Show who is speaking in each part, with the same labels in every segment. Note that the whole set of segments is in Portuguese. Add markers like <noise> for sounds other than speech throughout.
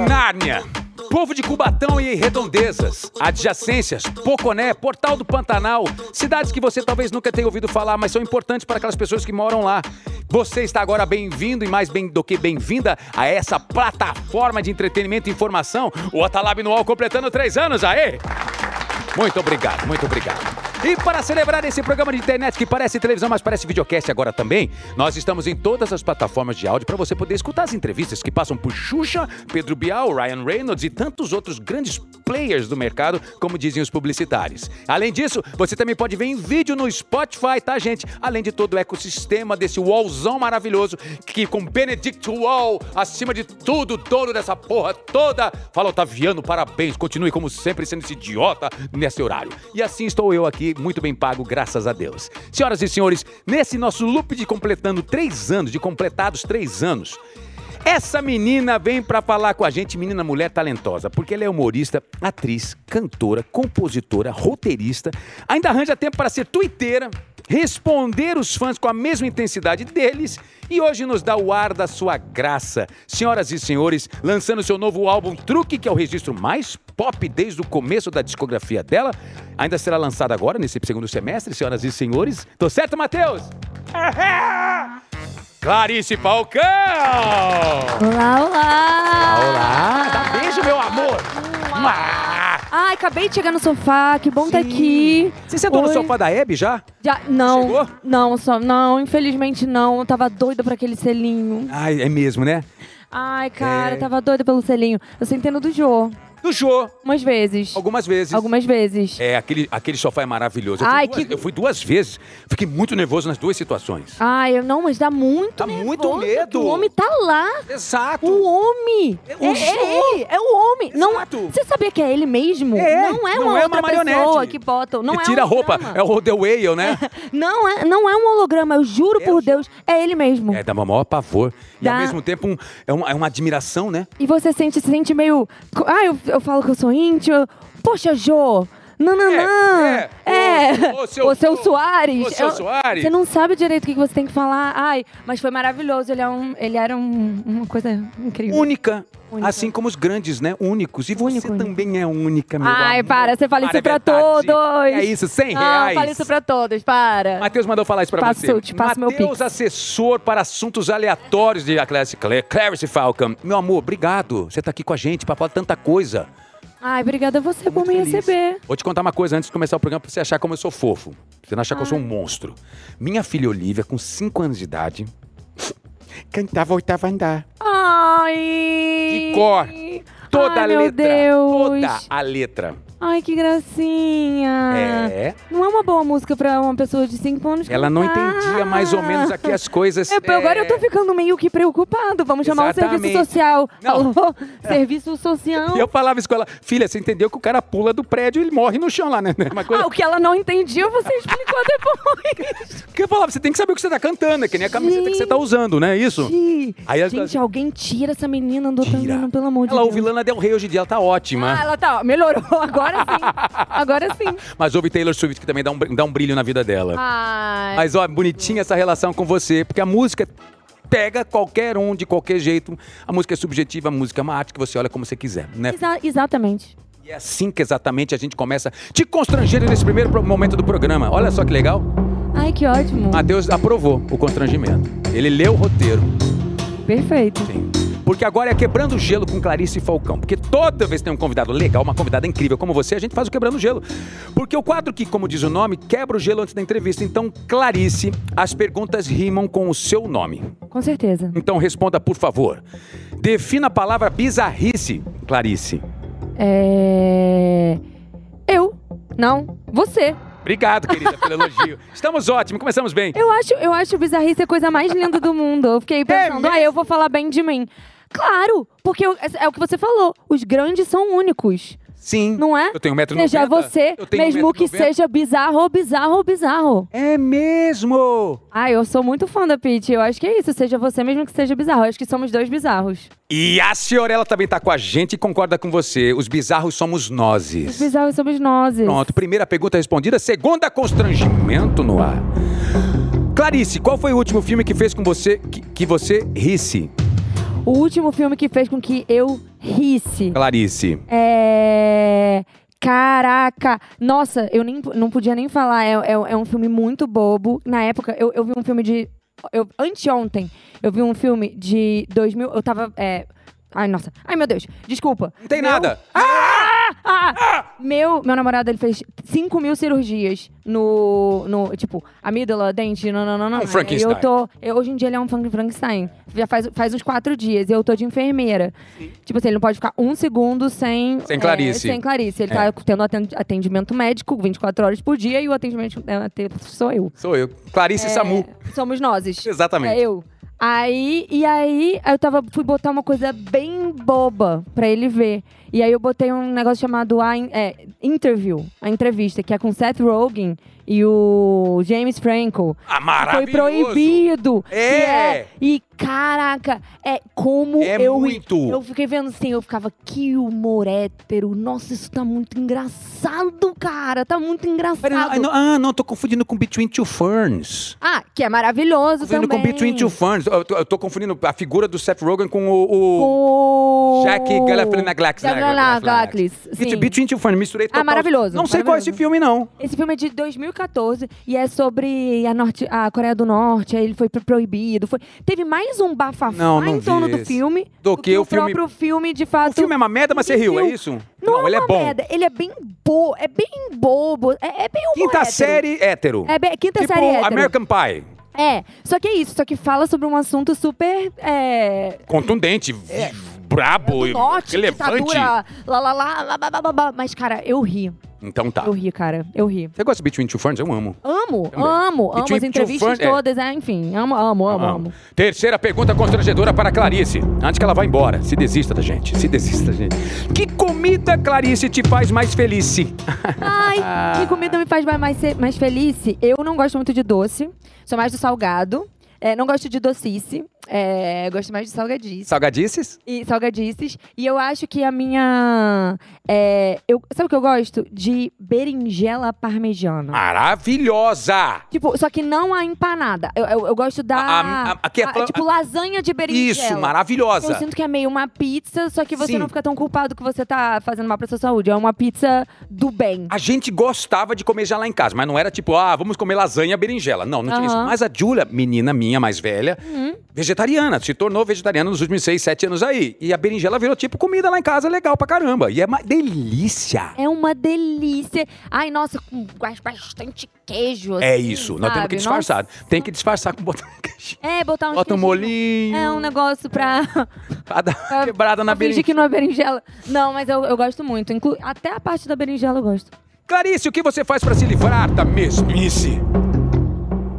Speaker 1: Nárnia. Povo de Cubatão e redondezas, adjacências, Poconé, Portal do Pantanal, cidades que você talvez nunca tenha ouvido falar, mas são importantes para aquelas pessoas que moram lá. Você está agora bem-vindo e mais bem do que bem-vinda a essa plataforma de entretenimento e informação, o Atalab no UOL completando três anos, aê! Muito obrigado, muito obrigado. E para celebrar esse programa de internet que parece televisão, mas parece videocast agora também, nós estamos em todas as plataformas de áudio para você poder escutar as entrevistas que passam por Xuxa, Pedro Bial, Ryan Reynolds e tantos outros grandes players do mercado, como dizem os publicitários. Além disso, você também pode ver em vídeo no Spotify, tá, gente? Além de todo o ecossistema desse wallzão maravilhoso, que com Benedict Wall, acima de tudo, dono dessa porra toda. Fala, Otaviano, parabéns. Continue, como sempre, sendo esse idiota nesse horário. E assim estou eu aqui muito bem pago, graças a Deus. Senhoras e senhores, nesse nosso loop de completando três anos, de completados três anos, essa menina vem pra falar com a gente, menina mulher talentosa, porque ela é humorista, atriz, cantora, compositora, roteirista, ainda arranja tempo para ser tuiteira, responder os fãs com a mesma intensidade deles e hoje nos dá o ar da sua graça. Senhoras e senhores, lançando seu novo álbum Truque, que é o registro mais pop desde o começo da discografia dela, ainda será lançado agora, nesse segundo semestre, senhoras e senhores. Tô certo, Matheus? Clarice Falcão!
Speaker 2: Olá, olá!
Speaker 1: Olá! Dá beijo, meu amor! Mua!
Speaker 2: Ai, acabei de chegar no sofá, que bom tá aqui.
Speaker 1: Você sentou no
Speaker 2: Oi.
Speaker 1: sofá da Hebe já?
Speaker 2: Já, não,
Speaker 1: Chegou?
Speaker 2: não, só, não, infelizmente não. Eu tava doida pra aquele selinho.
Speaker 1: Ai, é mesmo, né?
Speaker 2: Ai, cara,
Speaker 1: É.
Speaker 2: eu tava doida pelo selinho. Eu sentei no do Jô,
Speaker 1: Do Jô,
Speaker 2: umas vezes.
Speaker 1: algumas vezes.
Speaker 2: Algumas vezes.
Speaker 1: É, aquele, aquele sofá é maravilhoso. Eu fui,
Speaker 2: Ai,
Speaker 1: duas,
Speaker 2: que-
Speaker 1: eu fui duas vezes, fiquei muito nervoso nas duas situações.
Speaker 2: Ai, eu não, mas dá muito
Speaker 1: Dá
Speaker 2: nervoso,
Speaker 1: muito medo.
Speaker 2: que O homem tá lá. O Uh,
Speaker 1: Exato!
Speaker 2: homem!
Speaker 1: É o
Speaker 2: é,
Speaker 1: Jô.
Speaker 2: é ele! É o homem! Não,
Speaker 1: Exato.
Speaker 2: você sabia que é ele mesmo?
Speaker 1: É,
Speaker 2: não é
Speaker 1: não
Speaker 2: uma
Speaker 1: é uma
Speaker 2: outra
Speaker 1: marionete.
Speaker 2: pessoa que botam. Não
Speaker 1: Ele
Speaker 2: é
Speaker 1: tira a roupa,
Speaker 2: holograma.
Speaker 1: é o The Whale,
Speaker 2: <laughs>
Speaker 1: né?
Speaker 2: Não é, não é um holograma, eu juro
Speaker 1: É, eu
Speaker 2: por Deus, é ele mesmo.
Speaker 1: É, dá o maior pavor. E ao
Speaker 2: Dá.
Speaker 1: mesmo tempo um- é, um- é uma admiração, né?
Speaker 2: E você sente, se sente meio. co- Ah, eu, eu falo que eu sou íntima. Poxa, Jô! Nananã!
Speaker 1: É, é. Ô, ô, seu-
Speaker 2: O seu
Speaker 1: ô,
Speaker 2: Soares!
Speaker 1: ô, seu
Speaker 2: Eu-
Speaker 1: Soares.
Speaker 2: Você não sabe direito o que que você tem que falar. Ai, mas foi maravilhoso. Ele, é um, ele era um- uma coisa incrível.
Speaker 1: Única,
Speaker 2: Única.
Speaker 1: assim como os grandes, né? Únicos. E você
Speaker 2: Único, único.
Speaker 1: também é única, meu
Speaker 2: Ai,
Speaker 1: amor.
Speaker 2: para, você fala
Speaker 1: Para, é
Speaker 2: isso pra
Speaker 1: verdade.
Speaker 2: todos!
Speaker 1: É isso, 100
Speaker 2: Não,
Speaker 1: reais.
Speaker 2: fala Ah, isso pra todos, para!
Speaker 1: Matheus mandou falar isso pra
Speaker 2: Passo,
Speaker 1: você.
Speaker 2: te passo meu
Speaker 1: Matheus,
Speaker 2: Pix.
Speaker 1: assessor para assuntos aleatórios de Clarice, Cla- Clarice Falcon. Meu amor, obrigado. Você tá aqui com a gente pra falar tanta coisa.
Speaker 2: Ai, obrigada a você por
Speaker 1: Muito
Speaker 2: me
Speaker 1: feliz.
Speaker 2: receber.
Speaker 1: Vou te contar uma coisa antes de começar o programa pra você achar como eu sou fofo. Pra você não achar que eu
Speaker 2: Ah.
Speaker 1: sou um monstro. Minha filha Olivia, com 5 anos de idade, <laughs> cantava oitava andar.
Speaker 2: Ai!
Speaker 1: De cor. Toda
Speaker 2: Ai,
Speaker 1: a
Speaker 2: meu
Speaker 1: letra.
Speaker 2: Deus.
Speaker 1: Toda a letra.
Speaker 2: Ai, que gracinha!
Speaker 1: É.
Speaker 2: Não é uma boa música pra uma pessoa de 5 anos
Speaker 1: Ela não
Speaker 2: cantar.
Speaker 1: entendia mais ou menos
Speaker 2: <laughs>
Speaker 1: aqui as coisas.
Speaker 2: É, pô, agora eu tô ficando meio que preocupado. Vamos chamar o
Speaker 1: Exatamente.
Speaker 2: serviço social.
Speaker 1: Não.
Speaker 2: Alô? Serviço social.
Speaker 1: E eu falava isso com ela, filha, você entendeu que o cara pula do prédio e ele morre no chão lá, né? Uma coisa...
Speaker 2: Ah, o que ela não entendia, você explicou
Speaker 1: <laughs>
Speaker 2: depois.
Speaker 1: Porque eu falava, você tem que saber o que você tá cantando, é que nem a camiseta que você tá usando, né? Isso?
Speaker 2: Gente,
Speaker 1: Aí ela-
Speaker 2: Gente, alguém tira essa menina do
Speaker 1: Tira.
Speaker 2: caminho, pelo amor de
Speaker 1: Ela
Speaker 2: Deus.
Speaker 1: ouve Lana Del Rey hoje em dia, ela tá ótima.
Speaker 2: Ah, ela tá, ó, melhorou. Agora sim. Agora sim.
Speaker 1: Mas ouve Taylor Swift, que também dá um, br- dá um brilho na vida dela.
Speaker 2: Ah, Ai.
Speaker 1: Mas, ó, bonitinha essa relação com você, porque a música pega qualquer um, de qualquer jeito. A música é subjetiva, a música é uma arte que você olha como você quiser, né?
Speaker 2: Exa- exatamente.
Speaker 1: E é assim que exatamente a gente começa te constrangendo nesse primeiro pro- momento do programa. Olha só que legal.
Speaker 2: Ai, que ótimo.
Speaker 1: Matheus aprovou o constrangimento. Ele leu o roteiro.
Speaker 2: Perfeito.
Speaker 1: Sim. Porque agora é Quebrando o Gelo com Clarice Falcão. Porque toda vez que tem um convidado legal, uma convidada incrível como você, a gente faz o Quebrando o Gelo. Porque o quadro que, como diz o nome, quebra o gelo antes da entrevista. Então, Clarice, as perguntas rimam com o seu nome.
Speaker 2: Com certeza.
Speaker 1: Então, responda, por favor. Defina a palavra bizarrice, Clarice.
Speaker 2: É. Eu. Não. Você.
Speaker 1: Obrigado, querida, pelo elogio. Estamos ótimos, começamos bem.
Speaker 2: Eu acho, eu acho bizarrice a coisa mais linda do mundo. Eu fiquei pensando,
Speaker 1: É mesmo?
Speaker 2: ah, eu vou falar bem de mim. Claro, porque eu- é o que você falou. Os grandes são únicos,
Speaker 1: Sim.
Speaker 2: não é?
Speaker 1: Eu tenho 1,90m.
Speaker 2: Seja você,
Speaker 1: Eu tenho
Speaker 2: mesmo que
Speaker 1: 1,90m.
Speaker 2: seja bizarro, bizarro, bizarro.
Speaker 1: É mesmo!
Speaker 2: Ah, eu sou muito fã da Pete. Eu acho que é isso. Seja você, mesmo que seja bizarro. Eu acho que somos dois bizarros.
Speaker 1: E a senhorela também tá com a gente e concorda com você. Os bizarros somos nós.
Speaker 2: Os bizarros somos nós.
Speaker 1: Pronto, primeira pergunta respondida, segunda constrangimento no ar. Clarice, qual foi o último filme que fez com você que, que você risse?
Speaker 2: O último filme que fez com que eu Risse.
Speaker 1: Clarice.
Speaker 2: É. Caraca! Nossa, eu nem, não podia nem falar. É, é, é um filme muito bobo. Na época, eu, eu vi um filme de. Eu, anteontem, eu vi um filme de 2000. Eu tava. é, ai, nossa. Ai, meu Deus. Desculpa.
Speaker 1: Não tem
Speaker 2: Meu-
Speaker 1: nada.
Speaker 2: Ah! Meu, meu namorado, ele fez 5 mil cirurgias no, no. Tipo, amígdala, dente, não, não, não, não.
Speaker 1: Um Frankenstein.
Speaker 2: Eu tô. eu- hoje em dia ele é um fran- Frankenstein. Já faz, faz uns 4 dias. Eu tô de enfermeira. Tipo assim, ele não pode ficar um segundo sem.
Speaker 1: Sem Clarice.
Speaker 2: sem Clarice. Ele
Speaker 1: É.
Speaker 2: tá tendo aten- atendimento médico 24 horas por dia e o atendimento é, até- sou eu. É,
Speaker 1: Sou eu. Clarice Samu.
Speaker 2: Somos nós.
Speaker 1: Exatamente.
Speaker 2: É eu. Aí, e aí, eu tava, fui botar uma coisa bem boba pra ele ver. E aí eu botei um negócio chamado a, in- é, Interview, a entrevista, que é com Seth Rogen e o James Franco.
Speaker 1: Ah,
Speaker 2: Foi
Speaker 1: maravilhoso.
Speaker 2: proibido.
Speaker 1: É.
Speaker 2: E E caraca, é como
Speaker 1: É
Speaker 2: eu.
Speaker 1: muito.
Speaker 2: Eu fiquei vendo assim, eu ficava, que humor hétero. Nossa, isso tá muito engraçado, cara. Tá muito engraçado.
Speaker 1: Pera, não, não- ah, não, tô confundindo com Between Two Ferns.
Speaker 2: Ah, que é maravilhoso
Speaker 1: Confundindo
Speaker 2: também.
Speaker 1: com Between Two Ferns. Eu tô, eu tô confundindo a figura do Seth Rogen com o... o...
Speaker 2: O...
Speaker 1: Jack Galifianakis, né?
Speaker 2: Galifianakis, sim. Ah,
Speaker 1: Between Two Ferns, misturei total.
Speaker 2: maravilhoso,
Speaker 1: Não sei qual é esse
Speaker 2: maravilhoso.
Speaker 1: filme, não.
Speaker 2: Esse filme é de 2014 e é sobre a, norte, a Coreia do Norte. Aí ele foi pro- proibido. Foi... Teve mais um bafafá
Speaker 1: Não, não
Speaker 2: em torno
Speaker 1: vi
Speaker 2: do
Speaker 1: esse.
Speaker 2: filme
Speaker 1: Do que o
Speaker 2: o
Speaker 1: filme-
Speaker 2: próprio filme, de fato.
Speaker 1: O filme é uma merda, mas você riu, é
Speaker 2: Viu?
Speaker 1: isso?
Speaker 2: Não,
Speaker 1: ele
Speaker 2: é
Speaker 1: é
Speaker 2: uma
Speaker 1: bom.
Speaker 2: merda. Ele é bem bo... é bem bobo. É, é bem humor
Speaker 1: Quinta
Speaker 2: hétero.
Speaker 1: série hétero.
Speaker 2: É bem- quinta
Speaker 1: tipo
Speaker 2: série hétero.
Speaker 1: American Pie.
Speaker 2: É, só que é isso. Só que fala sobre um assunto super... É...
Speaker 1: Contundente, vi- brabo,
Speaker 2: Do norte, tá
Speaker 1: relevante.
Speaker 2: ditadura, lá, lá, lá, lá, lá, lá, lá, lá. Mas, cara, eu ri.
Speaker 1: Então tá.
Speaker 2: Eu ri, cara. Eu ri.
Speaker 1: Você gosta de Between Two Ferns? Eu amo.
Speaker 2: Amo,
Speaker 1: Também.
Speaker 2: amo,
Speaker 1: E
Speaker 2: amo
Speaker 1: Twin-
Speaker 2: as
Speaker 1: Twin
Speaker 2: entrevistas
Speaker 1: Fern- é.
Speaker 2: todas, é, enfim, amo, amo, amo,
Speaker 1: <laughs>
Speaker 2: amo.
Speaker 1: Terceira pergunta constrangedora para Clarice. Antes que ela vá embora. Se desista da gente. Se desista da gente. Que comida, Clarice, te faz mais feliz? Ah.
Speaker 2: Ai, que comida me faz mais, mais, mais feliz? Eu não gosto muito de doce, sou mais do salgado. É, não gosto de docice, é, gosto mais de salgadice.
Speaker 1: Salgadices?
Speaker 2: E salgadices. E eu acho que a minha. é, eu, sabe o que eu gosto? De berinjela
Speaker 1: Ah.
Speaker 2: parmegiana.
Speaker 1: Maravilhosa!
Speaker 2: Tipo, só que não a empanada. Eu, eu, eu gosto da.
Speaker 1: A- a- a- que é flan-
Speaker 2: tipo, lasanha de berinjela.
Speaker 1: Isso,
Speaker 2: Eu
Speaker 1: maravilhosa!
Speaker 2: sinto que é meio uma pizza, só que você
Speaker 1: Sim.
Speaker 2: não fica tão culpado que você tá fazendo mal pra sua saúde. É uma pizza do bem.
Speaker 1: A gente gostava de comer já lá em casa, mas não era tipo, ah, vamos comer lasanha berinjela. Não, não tinha isso.
Speaker 2: Aham. Uhum.
Speaker 1: Mas a Júlia, menina minha, mais velha, vegetariana, se tornou vegetariana nos últimos seis, sete anos aí. E a berinjela virou tipo comida lá em casa, legal pra caramba. E é uma delícia!
Speaker 2: É uma delícia. Ai, nossa, com ba- bastante queijo.
Speaker 1: É
Speaker 2: assim,
Speaker 1: isso, nós temos que
Speaker 2: sabe?
Speaker 1: disfarçar.
Speaker 2: Nossa.
Speaker 1: Tem que disfarçar com botar um queijo.
Speaker 2: É, botar um
Speaker 1: Bota um molinho.
Speaker 2: É um negócio pra,
Speaker 1: um- Pra dar uma
Speaker 2: pra-
Speaker 1: quebrada na
Speaker 2: pra <laughs>
Speaker 1: berinjela.
Speaker 2: fingir que não é berinjela. Não, mas eu, eu gosto muito. Inclu- Até a parte da berinjela eu gosto.
Speaker 1: Clarice, o que você faz pra se livrar da mesmice?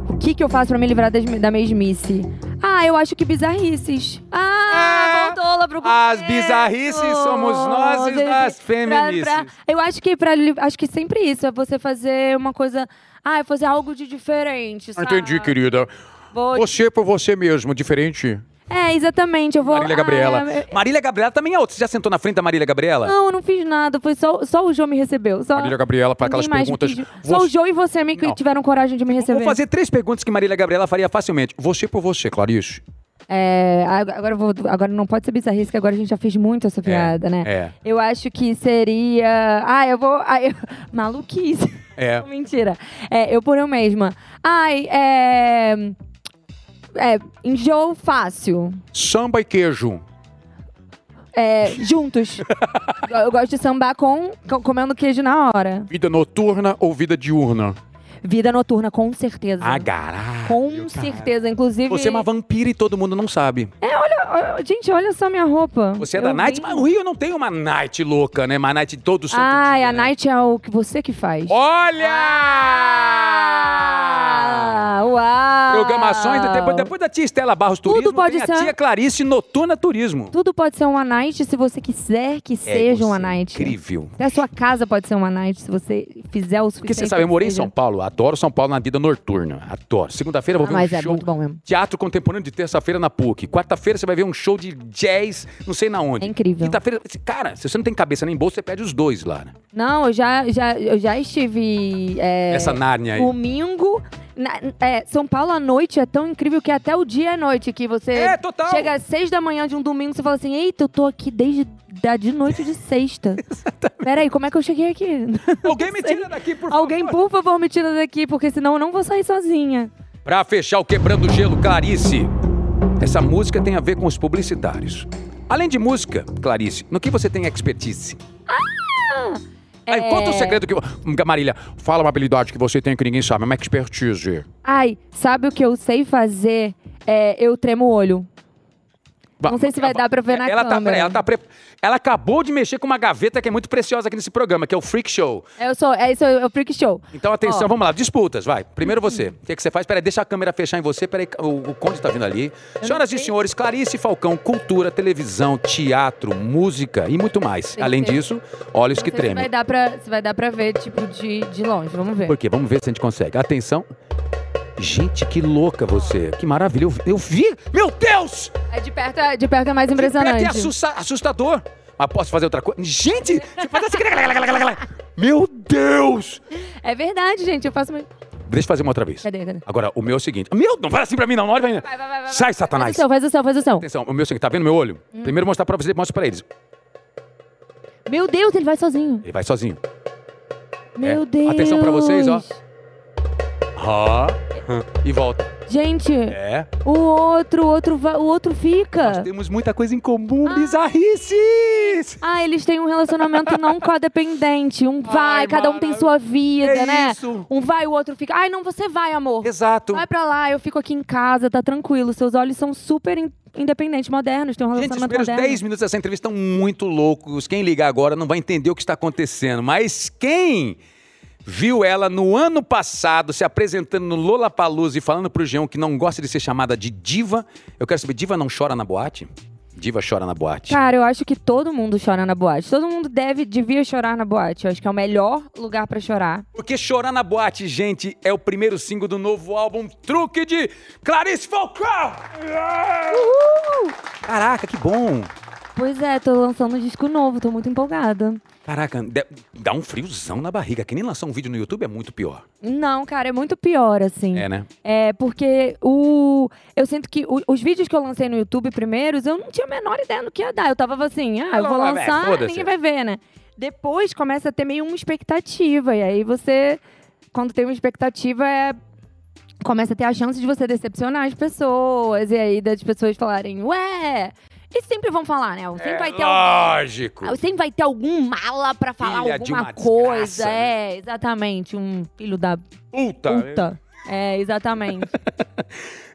Speaker 2: O que que eu faço pra me livrar das- da mesmice? Ah, eu acho que bizarrices. Ah,
Speaker 1: É,
Speaker 2: voltou lá pro começo.
Speaker 1: as bizarrices somos nós e das feministas.
Speaker 2: Pra- pra- eu acho que pra, li- acho que sempre isso, é você fazer uma coisa... Ah, é fazer algo de diferente, sabe?
Speaker 1: Ah, Entendi, querida.
Speaker 2: Vou-
Speaker 1: Você por você mesmo, diferente.
Speaker 2: É, exatamente, eu vou...
Speaker 1: Marília
Speaker 2: Ah,
Speaker 1: Gabriela.
Speaker 2: é-
Speaker 1: Marília Gabriela também é outra. Você já sentou na frente da Marília Gabriela?
Speaker 2: Não, eu não fiz nada, foi só, só o João me recebeu. Só,
Speaker 1: Marília Gabriela, pra
Speaker 2: ninguém
Speaker 1: aquelas
Speaker 2: mais me
Speaker 1: perguntas.
Speaker 2: pediu. Só
Speaker 1: Você-
Speaker 2: o João e você me
Speaker 1: Não.
Speaker 2: que tiveram coragem de me receber.
Speaker 1: Vou fazer três perguntas que Marília Gabriela faria facilmente. Você por você, Clarice.
Speaker 2: É, ag- agora, eu vou, agora não pode ser bizarrice, que agora a gente já fez muito essa piada, né?
Speaker 1: é.
Speaker 2: Eu acho que seria. Ah, eu vou. Ah, eu... <laughs> Maluquice.
Speaker 1: É.
Speaker 2: <laughs> Mentira. É, eu por eu mesma. Ai, é. É, enjoo fácil.
Speaker 1: Samba e queijo.
Speaker 2: É,
Speaker 1: <laughs>
Speaker 2: juntos. eu, eu gosto de sambar com, com- comendo queijo na hora.
Speaker 1: Vida noturna ou vida diurna?
Speaker 2: Vida noturna, com certeza.
Speaker 1: Ah, garagem.
Speaker 2: com certeza. Inclusive.
Speaker 1: Você é uma vampira e todo mundo não sabe.
Speaker 2: É, olha, ó, gente, olha só minha roupa.
Speaker 1: Você é da
Speaker 2: Eu
Speaker 1: Night,
Speaker 2: vim-
Speaker 1: mas o Rio não tem uma Night louca, né? Uma Night todo santo
Speaker 2: Ai,
Speaker 1: dia,
Speaker 2: a
Speaker 1: né?
Speaker 2: Night é o que você que faz.
Speaker 1: Olha!
Speaker 2: Ah, Uau!
Speaker 1: Programações, depois, depois da tia Estela Barros
Speaker 2: Tudo
Speaker 1: Turismo,
Speaker 2: pode
Speaker 1: tem a
Speaker 2: ser-
Speaker 1: tia Clarice Noturna Turismo.
Speaker 2: Tudo pode ser uma night se você quiser que
Speaker 1: É,
Speaker 2: seja uma
Speaker 1: você é
Speaker 2: night.
Speaker 1: Incrível.
Speaker 2: Até a sua casa pode ser uma night se você fizer o suficiente.
Speaker 1: Porque você sabe, eu morei em
Speaker 2: que seja.
Speaker 1: São Paulo, adoro São Paulo na vida noturna, adoro. Segunda-feira eu vou
Speaker 2: Ah,
Speaker 1: ver um
Speaker 2: mas é
Speaker 1: show.
Speaker 2: muito bom mesmo.
Speaker 1: Teatro Contemporâneo de terça-feira na PUC. Quarta-feira você vai ver um show de jazz, não sei na onde.
Speaker 2: É incrível.
Speaker 1: Quinta-feira, cara, se você não tem cabeça nem bolsa, você perde os dois lá. né?
Speaker 2: Não, eu já, já, eu já estive. é,
Speaker 1: Essa Nárnia aí.
Speaker 2: Domingo na- é, São Paulo à noite é tão incrível que até o dia é noite, que você
Speaker 1: É, total.
Speaker 2: chega às seis da manhã de um domingo você fala assim, eita, eu tô aqui desde da, de noite
Speaker 1: <laughs>
Speaker 2: de sexta. Peraí, como é que eu cheguei aqui?
Speaker 1: Alguém me tira daqui, por favor.
Speaker 2: Alguém, por favor, me tira daqui, porque senão eu não vou sair sozinha.
Speaker 1: Pra fechar o Quebrando o Gelo, Clarice. Essa música tem a ver com os publicitários. Além de música, Clarice, no que você tem expertise? Ah!
Speaker 2: é-
Speaker 1: Conta o segredo que... Hum, Marília, fala uma habilidade que você tem que ninguém sabe. Uma expertise.
Speaker 2: Ai, sabe o que eu sei fazer? É, eu tremo o olho. Não sei se vai dar pra ver na
Speaker 1: ela Tá,
Speaker 2: câmera.
Speaker 1: ela, tá pre- ela acabou de mexer com uma gaveta que é muito preciosa aqui nesse programa, que é o Freak Show.
Speaker 2: Eu sou, é isso, é o freak show.
Speaker 1: Então, atenção,
Speaker 2: Ó.
Speaker 1: vamos lá, disputas, vai. Primeiro você. O que, é que você faz? Peraí, deixa a câmera fechar em você. Peraí, o, o Conde tá vindo ali. Senhoras e
Speaker 2: sei.
Speaker 1: senhores, Clarice Falcão, cultura, televisão, teatro, música e muito mais.
Speaker 2: Tem
Speaker 1: Além
Speaker 2: que ser.
Speaker 1: disso, olhos que
Speaker 2: Não sei se
Speaker 1: tremem.
Speaker 2: vai dar pra, se vai dar pra ver, tipo, de, de longe. Vamos ver.
Speaker 1: Por quê? Vamos ver se a gente consegue. Atenção. Gente, que louca você. Que maravilha. Eu, eu vi. Meu Deus!
Speaker 2: É de perto, é- de perto é mais
Speaker 1: Pior
Speaker 2: impressionante.
Speaker 1: que é assusta- assustador. Mas posso fazer outra coisa? Gente! você faz assim-
Speaker 2: <laughs>
Speaker 1: Meu Deus!
Speaker 2: É verdade, gente. Eu faço muito.
Speaker 1: Deixa eu fazer uma outra vez.
Speaker 2: Cadê, cadê?
Speaker 1: Agora, o meu é o seguinte. Meu, não fala assim pra mim, não. Não olha pra mim.
Speaker 2: Vai, vai, vai, vai,
Speaker 1: Sai,
Speaker 2: vai.
Speaker 1: Satanás.
Speaker 2: Faz o seu, faz o seu, faz o seu.
Speaker 1: Atenção, o meu é o seguinte. Tá vendo meu olho?
Speaker 2: Hum.
Speaker 1: Primeiro mostrar pra você, mostra pra eles.
Speaker 2: Meu Deus, ele vai sozinho.
Speaker 1: Ele vai sozinho.
Speaker 2: Meu Deus.
Speaker 1: É. Atenção pra vocês, ó. Ah. E volta.
Speaker 2: Gente,
Speaker 1: É.
Speaker 2: o outro, o outro, va- o outro fica.
Speaker 1: Temos muita coisa em comum. Bizarrices!
Speaker 2: Ah, eles têm um relacionamento não codependente. Um vai, cada um tem
Speaker 1: maravilha.
Speaker 2: sua vida,
Speaker 1: É
Speaker 2: né?
Speaker 1: isso.
Speaker 2: Um vai, o outro fica. Ai, não, você vai, amor.
Speaker 1: Exato.
Speaker 2: Vai pra lá, eu fico aqui em casa, tá tranquilo. Seus olhos são super in- independentes, modernos, tem um
Speaker 1: Gente, os
Speaker 2: relacionamento
Speaker 1: primeiros
Speaker 2: moderno.
Speaker 1: 10 minutos dessa entrevista estão muito loucos. Quem ligar agora não vai entender o que está acontecendo. Mas quem viu ela no ano passado se apresentando no Lollapalooza e falando pro Jean que não gosta de ser chamada de diva, eu quero saber, diva não chora na boate? Diva chora na boate.
Speaker 2: Cara, eu acho que todo mundo chora na boate. Todo mundo deve, devia chorar na boate. Eu acho que é o melhor lugar pra chorar.
Speaker 1: Porque Chorar na Boate, gente, é o primeiro single do novo álbum Truque de Clarice Falcão! Caraca, que bom!
Speaker 2: Pois é, tô lançando um disco novo, tô muito empolgada.
Speaker 1: Caraca, de- dá um friozão na barriga. Que nem lançar um vídeo no YouTube é muito pior.
Speaker 2: Não, cara, é muito pior, assim.
Speaker 1: É, né?
Speaker 2: É, porque o. Eu sinto que o- os vídeos que eu lancei no YouTube primeiros, eu não tinha a menor ideia do que ia dar. Eu tava assim, ah, eu vou
Speaker 1: Ah, é,
Speaker 2: lançar,
Speaker 1: foda-se.
Speaker 2: ninguém vai ver, né? Depois começa a ter meio uma expectativa. E aí você, quando tem uma expectativa, é. Começa a ter a chance de você decepcionar as pessoas. E aí das pessoas falarem, ué. E sempre vão falar, né?
Speaker 1: É,
Speaker 2: Sempre vai ter alguém.
Speaker 1: lógico.
Speaker 2: Ah, Sempre vai ter algum mala pra falar
Speaker 1: Filha de
Speaker 2: alguma
Speaker 1: uma
Speaker 2: coisa.
Speaker 1: desgraça, né? Tá,
Speaker 2: é, exatamente. Um filho da
Speaker 1: Puta.
Speaker 2: puta. É, exatamente.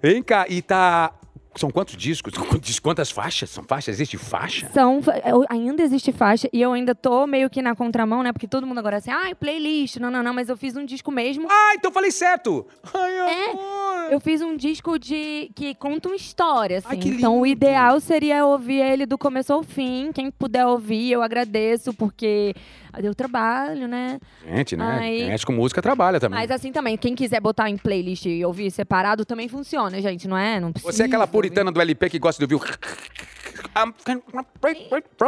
Speaker 1: Vem cá, e tá... São quantos discos? São quantos- Quantas faixas? São faixas? Existe faixa?
Speaker 2: São, fa- eu- ainda existe faixa e eu ainda tô meio que na contramão, né? Porque todo mundo agora é assim, ai, playlist, não, não, não, mas eu fiz um disco mesmo.
Speaker 1: Ah, então falei certo! Ai,
Speaker 2: É.
Speaker 1: amor!
Speaker 2: Eu fiz um disco de que conta uma história, assim.
Speaker 1: Ai, que
Speaker 2: então
Speaker 1: lindo.
Speaker 2: o ideal seria ouvir ele do começo ao fim. Quem puder ouvir, eu agradeço, porque deu trabalho, né?
Speaker 1: Gente, né?
Speaker 2: Ai.
Speaker 1: Quem mexe com música trabalha também.
Speaker 2: Mas assim também, quem quiser botar em playlist e ouvir separado também funciona, gente, não é? Não precisa.
Speaker 1: Você é aquela
Speaker 2: ouvir.
Speaker 1: puritana do LP que gosta de ouvir o...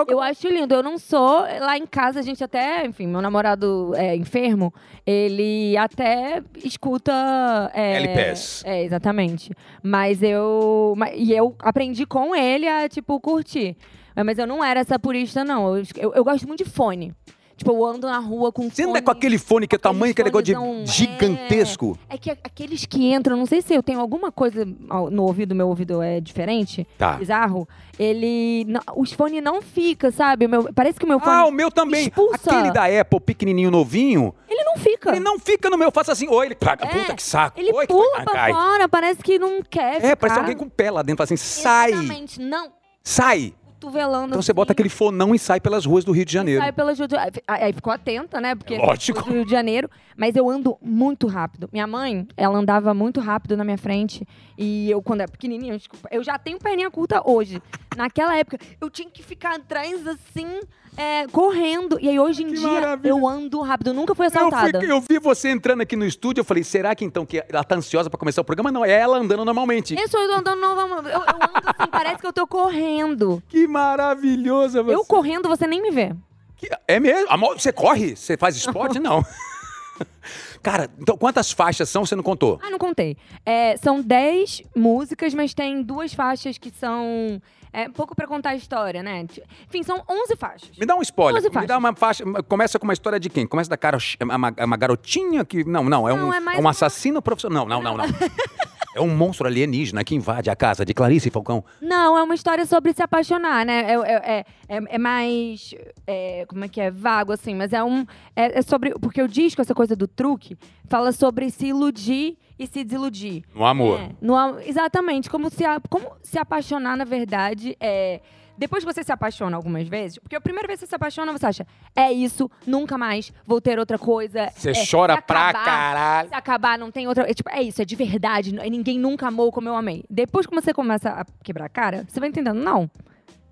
Speaker 2: Eu acho lindo. Eu não sou. Lá em casa, a gente até. Enfim, meu namorado é enfermo. Ele até escuta. É,
Speaker 1: LPs.
Speaker 2: É, exatamente. Mas eu. ma- E eu aprendi com ele a, tipo, curtir. É, Mas eu não era essa purista, não. Eu, eu- eu gosto muito de fone. Tipo, eu ando na rua com
Speaker 1: Você
Speaker 2: fone.
Speaker 1: anda com aquele fone que é o
Speaker 2: Aquele
Speaker 1: tamanho que é negócio de
Speaker 2: fonezão,
Speaker 1: gigantesco.
Speaker 2: É que a- aqueles que entram, não sei se eu tenho alguma coisa ao- no ouvido, meu ouvido é diferente,
Speaker 1: Tá.
Speaker 2: bizarro. Ele. não- os fones não fica, sabe? O meu- parece que o meu fone.
Speaker 1: Ah, o meu também.
Speaker 2: Expulsa.
Speaker 1: Aquele da Apple, pequenininho, novinho,
Speaker 2: Ele não fica.
Speaker 1: ele não fica no meu. Faça assim, oi, ele...
Speaker 2: É.
Speaker 1: Puta que saco.
Speaker 2: Ele
Speaker 1: Oi, que-
Speaker 2: pula
Speaker 1: Ah,
Speaker 2: pra
Speaker 1: cai.
Speaker 2: fora, parece que não quer.
Speaker 1: É, parece
Speaker 2: ficar.
Speaker 1: alguém com pé lá dentro. Fala assim, sai,
Speaker 2: Exatamente, não.
Speaker 1: sai.
Speaker 2: Cotovelando.
Speaker 1: Então você bota
Speaker 2: assim,
Speaker 1: aquele fonão e sai pelas ruas do Rio de Janeiro.
Speaker 2: Sai pela Ju- Aí aí ficou atenta, né? Porque
Speaker 1: Lógico.
Speaker 2: eu sou do Rio de Janeiro. Mas eu ando muito rápido. Minha mãe, ela andava muito rápido na minha frente. E eu, quando era pequenininha, desculpa, eu já tenho perninha curta hoje. Naquela época, eu tinha que ficar atrás, assim, é, correndo. E aí, hoje em
Speaker 1: Que
Speaker 2: dia,
Speaker 1: maravilha.
Speaker 2: eu ando rápido. Eu nunca fui
Speaker 1: Eu,
Speaker 2: assaltada.
Speaker 1: fui- eu vi você entrando aqui no estúdio, eu falei, será que então que ela tá ansiosa pra começar o programa? Não, é ela andando normalmente.
Speaker 2: Isso, eu tô andando novamente. Eu, eu ando assim, parece que eu tô correndo.
Speaker 1: Que é maravilhosa você.
Speaker 2: Eu correndo, você nem me vê. <laughs>
Speaker 1: Que- É mesmo? Amor, você corre? Você faz esporte? Não. Cara, então quantas faixas são? Você não contou?
Speaker 2: Ah, não contei. É, são 10 músicas, mas tem duas faixas que são. É pouco pra contar a história, né? Enfim, são 11 faixas.
Speaker 1: Me dá um spoiler.
Speaker 2: Onze
Speaker 1: Me dá
Speaker 2: faixas.
Speaker 1: uma faixa. Começa com uma história de quem? Começa da cara. é Uma, uma garotinha que. Não, não. É um,
Speaker 2: Não, é mais
Speaker 1: um
Speaker 2: uma-
Speaker 1: assassino profissional. Não, não, não.
Speaker 2: <laughs>
Speaker 1: não. é um monstro alienígena que invade a casa de Clarice Falcão.
Speaker 2: Não, é uma história sobre se apaixonar, né? É, é- é- é- é mais. é, como é que é? Vago, assim, mas é um. É, é sobre. Porque o disco, essa coisa do truque, fala sobre se iludir e se desiludir.
Speaker 1: No amor.
Speaker 2: É, no am- exatamente, como se, a- como se apaixonar, na verdade, é. Depois que você se apaixona algumas vezes, porque a primeira vez que você se apaixona, você acha, é isso, nunca mais, vou ter outra coisa.
Speaker 1: Você
Speaker 2: é, se
Speaker 1: chora pra
Speaker 2: acabar,
Speaker 1: caralho.
Speaker 2: se acabar, não tem outra. É, tipo, é isso, é de verdade. n- Ninguém nunca amou como eu amei. Depois que você começa a quebrar a cara, você vai entendendo, não.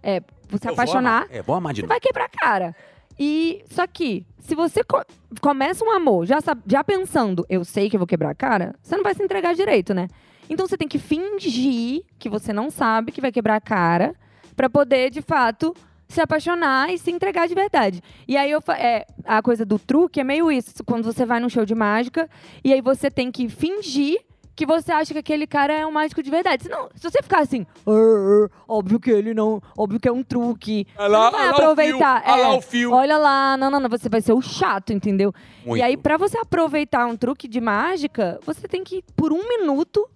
Speaker 2: É, você
Speaker 1: Eu vou
Speaker 2: apaixonar,
Speaker 1: amar. É, vou amar de
Speaker 2: você
Speaker 1: novo.
Speaker 2: vai quebrar a cara. E só que, se você co- começa um amor já, sab- já pensando, eu sei que eu vou quebrar a cara, você não vai se entregar direito, né? Então você tem que fingir que você não sabe que vai quebrar a cara pra poder, de fato, se apaixonar e se entregar de verdade. E aí eu fa- é, a coisa do truque é meio isso, quando você vai num show de mágica e aí você tem que fingir que você acha que aquele cara é um mágico de verdade. Senão, se você ficar assim, "Arr, arr, óbvio que ele não, óbvio que é um truque,
Speaker 1: Olha lá,
Speaker 2: você não vai
Speaker 1: olha lá o
Speaker 2: aproveitar.
Speaker 1: fio, olha
Speaker 2: é,
Speaker 1: lá o fio.
Speaker 2: Olha lá, não, não, não, você vai ser o chato, entendeu?
Speaker 1: Muito.
Speaker 2: E aí, pra você aproveitar um truque de mágica, você tem que, por um minuto,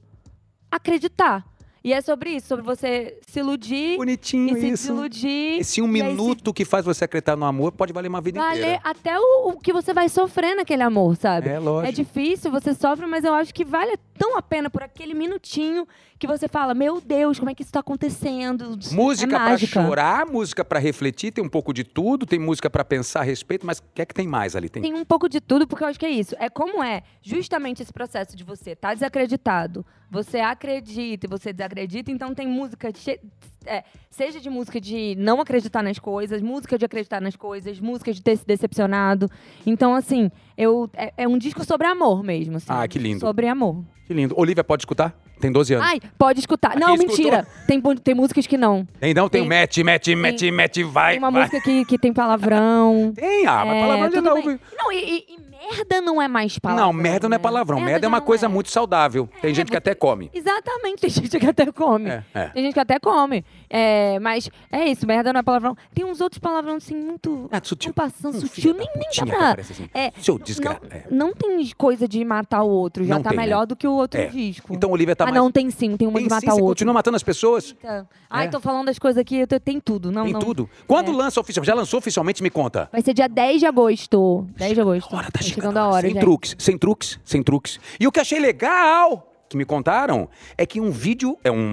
Speaker 2: acreditar. E é sobre isso, sobre você se iludir
Speaker 1: Bonitinho
Speaker 2: e se
Speaker 1: isso.
Speaker 2: desiludir.
Speaker 1: Esse um
Speaker 2: e aí se
Speaker 1: minuto que faz você acreditar no amor pode valer uma vida
Speaker 2: Valer
Speaker 1: inteira.
Speaker 2: até o, o que você vai sofrer naquele amor, sabe?
Speaker 1: É, lógico.
Speaker 2: É difícil, você sofre, mas eu acho que vale tão a pena por aquele minutinho que você fala: Meu Deus, como é que isso tá acontecendo?
Speaker 1: Música
Speaker 2: é
Speaker 1: pra
Speaker 2: mágica.
Speaker 1: chorar, música pra refletir, tem um pouco de tudo, tem música pra pensar a respeito, mas o que é que tem mais ali? Tem,
Speaker 2: Tem um pouco de tudo, porque eu acho que é isso. É como é justamente esse processo de você estar desacreditado, você acredita e você desacredita, então tem música, che- é, seja de música de não acreditar nas coisas, música de acreditar nas coisas, música de ter se decepcionado. Então, assim, eu, é, é um disco sobre amor mesmo. assim.
Speaker 1: Ah, que lindo.
Speaker 2: Sobre amor.
Speaker 1: Que lindo. Olivia, pode escutar? Tem 12 anos.
Speaker 2: Ai, pode escutar.
Speaker 1: Aqui
Speaker 2: não,
Speaker 1: escutou?
Speaker 2: mentira. Tem, bu- tem músicas que não.
Speaker 1: tem não? Tem,
Speaker 2: tem-
Speaker 1: match, match, match, match, vai,
Speaker 2: Tem uma
Speaker 1: vai.
Speaker 2: música que, que
Speaker 1: <laughs>
Speaker 2: tem palavrão.
Speaker 1: Tem, ah, mas
Speaker 2: É,
Speaker 1: palavrão já
Speaker 2: tudo
Speaker 1: tá
Speaker 2: bem. Não, e, e- e merda não é mais palavrão.
Speaker 1: Não, merda não é
Speaker 2: né?
Speaker 1: palavrão. Merda é
Speaker 2: já
Speaker 1: uma
Speaker 2: não
Speaker 1: coisa
Speaker 2: é.
Speaker 1: muito saudável. Tem gente que até come.
Speaker 2: Exatamente, tem gente que até come.
Speaker 1: É, é.
Speaker 2: Tem gente que até come. É, mas é isso, merda não é palavrão. Tem uns outros palavrão assim, muito.
Speaker 1: Ah, sutil.
Speaker 2: Não passando
Speaker 1: Um
Speaker 2: sutil,
Speaker 1: filho da
Speaker 2: nem, nem dá
Speaker 1: putinha que
Speaker 2: pra.
Speaker 1: aparece assim.
Speaker 2: É,
Speaker 1: Seu
Speaker 2: não-
Speaker 1: desgra-
Speaker 2: Não,
Speaker 1: é.
Speaker 2: não tem coisa de matar o outro, já
Speaker 1: Não
Speaker 2: tá
Speaker 1: tem, né?
Speaker 2: melhor do que o outro
Speaker 1: É.
Speaker 2: disco.
Speaker 1: Então, Olivia, tá
Speaker 2: ah,
Speaker 1: mais-
Speaker 2: não, tem sim, tem uma
Speaker 1: Tem
Speaker 2: de
Speaker 1: sim,
Speaker 2: matar
Speaker 1: você
Speaker 2: o outro.
Speaker 1: continua matando as pessoas?
Speaker 2: Eita. Ai,
Speaker 1: É.
Speaker 2: tô falando das coisas aqui, eu te- tem tudo. Não,
Speaker 1: Tem
Speaker 2: não. É.
Speaker 1: tudo. Quando lança oficialmente? Já lançou oficialmente? Me conta.
Speaker 2: Vai ser dia 10 de agosto. 10 de agosto.
Speaker 1: A hora tá chegando,
Speaker 2: a hora,
Speaker 1: Sem
Speaker 2: gente.
Speaker 1: truques, sem truques, sem truques. E o que achei legal que me contaram é que um vídeo é um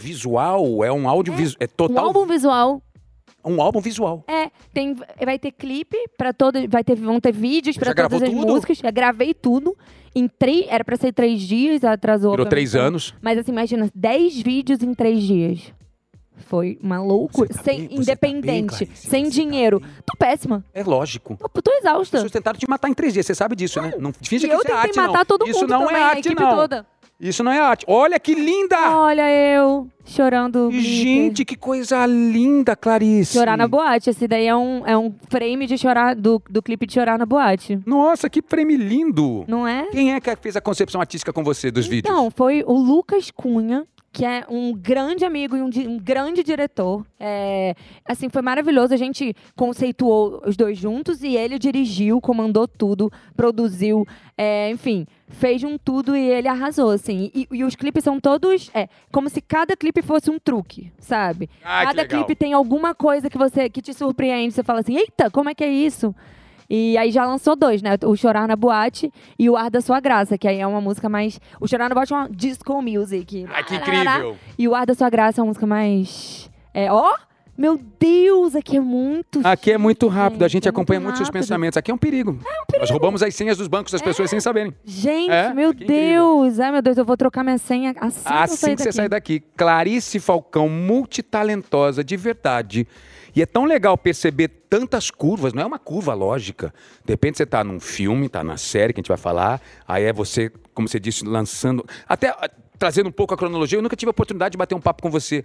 Speaker 1: audiovisual, é um audiovisual, é,
Speaker 2: Um
Speaker 1: total
Speaker 2: álbum visual
Speaker 1: um álbum visual.
Speaker 2: É, tem, vai ter clipe para todas, vai ter, vão ter vídeos
Speaker 1: Já
Speaker 2: para
Speaker 1: gravou
Speaker 2: todas as
Speaker 1: tudo?
Speaker 2: músicas. Já gravei tudo em três, era para ser três dias, atrasou.
Speaker 1: Durou
Speaker 2: obviamente.
Speaker 1: três anos.
Speaker 2: Mas assim, imagina, dez vídeos em três dias. Foi uma loucura,
Speaker 1: Você tá bem? Você
Speaker 2: sem
Speaker 1: tá bem,
Speaker 2: independente,
Speaker 1: Clarice?
Speaker 2: sem
Speaker 1: Você tá
Speaker 2: dinheiro.
Speaker 1: bem?
Speaker 2: tô péssima,
Speaker 1: É lógico.
Speaker 2: tô, tô
Speaker 1: As
Speaker 2: exausta.
Speaker 1: pessoas tentaram te matar em três dias, você sabe disso, né? Não finge
Speaker 2: e
Speaker 1: que
Speaker 2: eu
Speaker 1: isso é
Speaker 2: tentei
Speaker 1: arte,
Speaker 2: matar
Speaker 1: não.
Speaker 2: todo
Speaker 1: isso
Speaker 2: mundo
Speaker 1: não
Speaker 2: também,
Speaker 1: é
Speaker 2: a
Speaker 1: arte,
Speaker 2: equipe
Speaker 1: não.
Speaker 2: toda.
Speaker 1: Isso não é arte. Olha que linda!
Speaker 2: Olha eu chorando. glitter.
Speaker 1: Gente, que coisa linda, Clarice.
Speaker 2: Chorar na boate, esse daí é um, é um frame de chorar, do, do clipe de chorar na boate.
Speaker 1: Nossa, que prêmio lindo.
Speaker 2: Não é?
Speaker 1: Quem é que fez a concepção artística com você dos vídeos?
Speaker 2: Então, foi o Lucas Cunha, que é um grande amigo e um, di- um grande diretor. É, assim, foi maravilhoso. A gente conceituou os dois juntos e ele dirigiu, comandou tudo, produziu, é, enfim, fez um tudo e ele arrasou, assim. E, e os clipes são todos. É, como se cada clipe fosse um truque, sabe?
Speaker 1: Ah, que
Speaker 2: cada
Speaker 1: legal.
Speaker 2: clipe tem alguma coisa que você que te surpreende. Você fala assim, eita, como é que é isso? E aí já lançou dois, né? O Chorar na Boate e o Ar da Sua Graça, que aí é uma música mais. O Chorar na Boate é uma disco music.
Speaker 1: Ah, que incrível.
Speaker 2: E o Ar da Sua Graça é uma música mais. É, ó! Meu Deus, aqui é muito.
Speaker 1: Aqui é muito rápido, a
Speaker 2: Gente,
Speaker 1: gente
Speaker 2: é
Speaker 1: acompanha
Speaker 2: muito
Speaker 1: muito seus
Speaker 2: rápido.
Speaker 1: pensamentos. Aqui é um perigo. É. Nós roubamos as senhas dos bancos das pessoas sem saberem.
Speaker 2: Gente,
Speaker 1: É?
Speaker 2: meu
Speaker 1: Que incrível.
Speaker 2: Deus! Ai, meu Deus, eu vou trocar minha senha assim, que eu
Speaker 1: Assim
Speaker 2: sair
Speaker 1: que
Speaker 2: daqui.
Speaker 1: você sai daqui, Clarice Falcão, multitalentosa de verdade. E é tão legal perceber tantas curvas, não é uma curva lógica. De repente você tá num filme, tá na série que a gente vai falar, aí é você, como você disse, lançando. Até ah, trazendo um pouco a cronologia, eu nunca tive a oportunidade de bater um papo com você.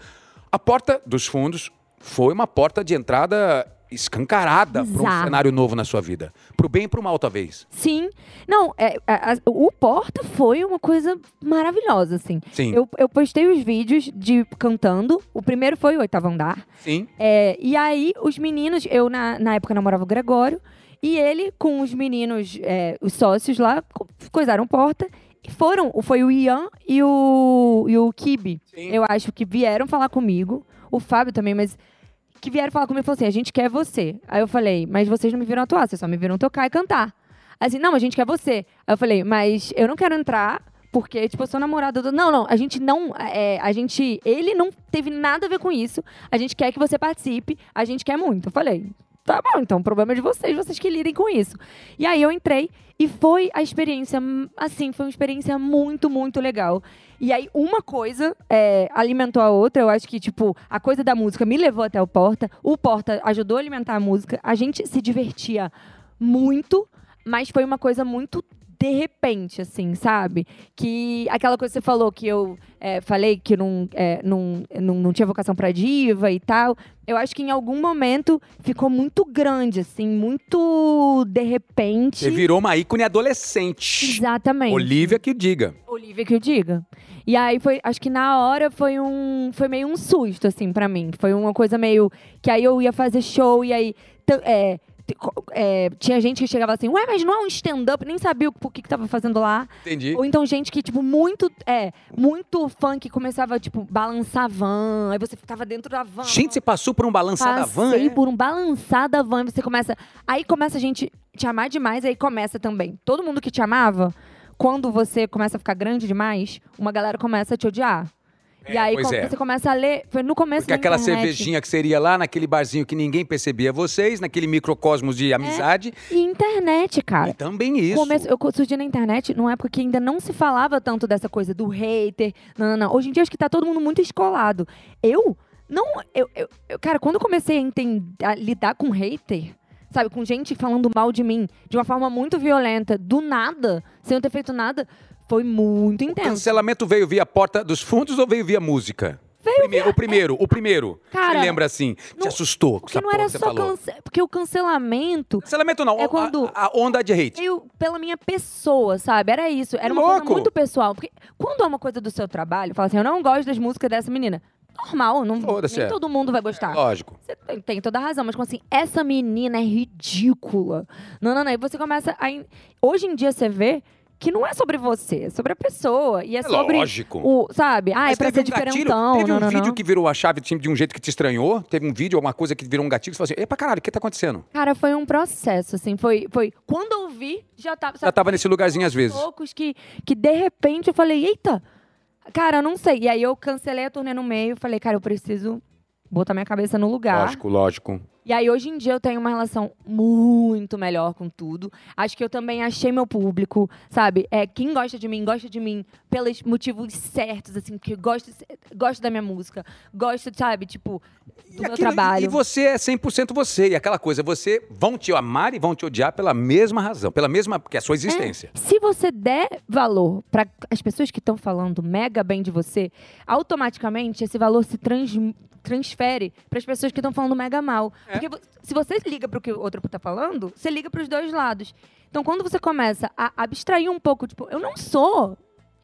Speaker 1: A porta dos fundos foi uma porta de entrada escancarada para um
Speaker 2: Exato.
Speaker 1: cenário novo na sua vida. Pro bem e pro mal, talvez.
Speaker 2: Sim. Não, é, a- a- o Porta foi uma coisa maravilhosa, assim.
Speaker 1: Sim.
Speaker 2: Eu, eu postei os vídeos de cantando. O primeiro foi o Oitavo Andar.
Speaker 1: Sim.
Speaker 2: É, e aí, os meninos... Eu, na, na época, namorava o Gregório. E ele, com os meninos, é, os sócios lá, co- coisaram Porta. E foram... Foi o Ian e o, e o Kibi.
Speaker 1: Sim.
Speaker 2: Eu acho que vieram falar comigo. O Fábio também, mas... Que vieram falar comigo e falou assim, a gente quer você. Aí eu falei, mas vocês não me viram atuar, vocês só me viram tocar e cantar. Assim, não, a gente quer você. Aí eu falei, mas eu não quero entrar, porque, tipo, eu sou namorada do. Não, não, a gente não. é, a gente. Ele não teve nada a ver com isso. A gente quer que você participe, a gente quer muito. Eu falei, tá bom, então o problema é de vocês, vocês que lidem com isso. E aí eu entrei e foi a experiência, hum, assim, foi uma experiência muito, muito legal. E aí uma coisa é, alimentou a outra. Eu acho que, tipo, a coisa da música me levou até o Porta, o Porta ajudou a alimentar a música, a gente se divertia muito mas foi uma coisa muito de repente, assim, sabe? Que aquela coisa que você falou, que eu é, falei que não, é, não, não, não tinha vocação pra diva e tal. Eu acho que em algum momento ficou muito grande, assim, muito de repente.
Speaker 1: Você virou uma ícone adolescente.
Speaker 2: Exatamente.
Speaker 1: Olivia que o diga.
Speaker 2: Olivia que eu diga. E aí foi, acho que na hora foi um, foi meio um susto assim pra mim. Foi uma coisa meio que aí eu ia fazer show e aí t- é, t- co- é, tinha gente que chegava assim, ué, mas não é um stand-up, nem sabia o por que, que tava fazendo lá.
Speaker 1: Entendi.
Speaker 2: Ou então gente que, tipo, muito, é, muito funk começava, tipo, balançar a van, aí você ficava dentro da van.
Speaker 1: Gente, você passou por um balançado da van?
Speaker 2: Passei
Speaker 1: é?
Speaker 2: por um balançar da van, e você começa. Aí começa a gente te amar demais, aí começa também. Todo mundo que te amava, quando você começa a ficar grande demais, uma galera começa a te odiar.
Speaker 1: É,
Speaker 2: e aí
Speaker 1: pois
Speaker 2: com-
Speaker 1: é.
Speaker 2: você começa a ler. Foi no começo
Speaker 1: Porque
Speaker 2: da
Speaker 1: aquela
Speaker 2: internet.
Speaker 1: cervejinha que seria lá naquele barzinho que ninguém percebia vocês, naquele microcosmos de amizade.
Speaker 2: E internet, cara.
Speaker 1: E também isso.
Speaker 2: É. Começo, eu co- surgi na internet numa época que ainda não se falava tanto dessa coisa do hater. Não, não, não. Hoje em dia acho que tá todo mundo muito escolado. Eu não. Eu, eu- eu- cara, quando eu comecei a, enten- a lidar com hater, sabe, com gente falando mal de mim de uma forma muito violenta, do nada, sem eu ter feito nada, foi muito
Speaker 1: O
Speaker 2: intenso.
Speaker 1: cancelamento veio via porta dos fundos ou veio via música? Primeiro, O primeiro, o primeiro.
Speaker 2: Cara,
Speaker 1: Você lembra assim? te
Speaker 2: não-
Speaker 1: assustou com
Speaker 2: Porque
Speaker 1: essa
Speaker 2: não
Speaker 1: porra
Speaker 2: era
Speaker 1: que você
Speaker 2: só
Speaker 1: falou.
Speaker 2: cancelamento. Porque o cancelamento
Speaker 1: Cancelamento não,
Speaker 2: É
Speaker 1: a-
Speaker 2: quando-
Speaker 1: a, a onda de hate.
Speaker 2: eu, pela minha pessoa, sabe? Era isso. Era uma
Speaker 1: Louco.
Speaker 2: coisa muito pessoal. Porque quando é uma coisa do seu trabalho, fala assim, eu não gosto das músicas dessa menina. Normal, não,
Speaker 1: Foda-se,
Speaker 2: nem
Speaker 1: é.
Speaker 2: todo mundo vai gostar.
Speaker 1: Lógico.
Speaker 2: Você tem- tem toda a razão, mas como assim, essa menina é ridícula. Não, não, não. E você começa a. en- Hoje em dia você vê que não é sobre você, é sobre a pessoa. E é, sobre.
Speaker 1: lógico.
Speaker 2: O, sabe? Ah, é pra ser diferentão.
Speaker 1: teve
Speaker 2: não,
Speaker 1: um
Speaker 2: não,
Speaker 1: vídeo
Speaker 2: não.
Speaker 1: que virou a chave do time de um jeito que te estranhou? Teve um vídeo, alguma coisa que virou um gatilho? Você falou assim, epa caralho, o que tá acontecendo?
Speaker 2: Cara, foi um processo, assim. Foi. foi... Quando eu vi, já tava.
Speaker 1: Já tava nesse lugarzinho às vezes.
Speaker 2: Loucos que, que de repente eu falei, eita, cara, eu não sei. E aí eu cancelei a turnê no meio, falei, cara, eu preciso botar minha cabeça no lugar.
Speaker 1: Lógico, lógico.
Speaker 2: E aí hoje em dia eu tenho uma relação muito melhor com tudo. Acho que eu também achei meu público, sabe? É, quem gosta de mim, gosta de mim pelos motivos certos, assim, porque gosta, gosta da minha música, gosta, sabe, tipo, do meu
Speaker 1: aquilo-
Speaker 2: trabalho.
Speaker 1: E você é 100% você. E aquela coisa, você vão te amar e vão te odiar pela mesma razão, pela mesma, porque é a sua existência.
Speaker 2: Se você der valor para as pessoas que estão falando mega bem de você, automaticamente esse valor se trans- transfere para as pessoas que estão falando mega mal.
Speaker 1: É.
Speaker 2: Porque vo- se você liga para o que o outro tá falando, você liga para os dois lados. Então, quando você começa a abstrair um pouco, tipo, eu não sou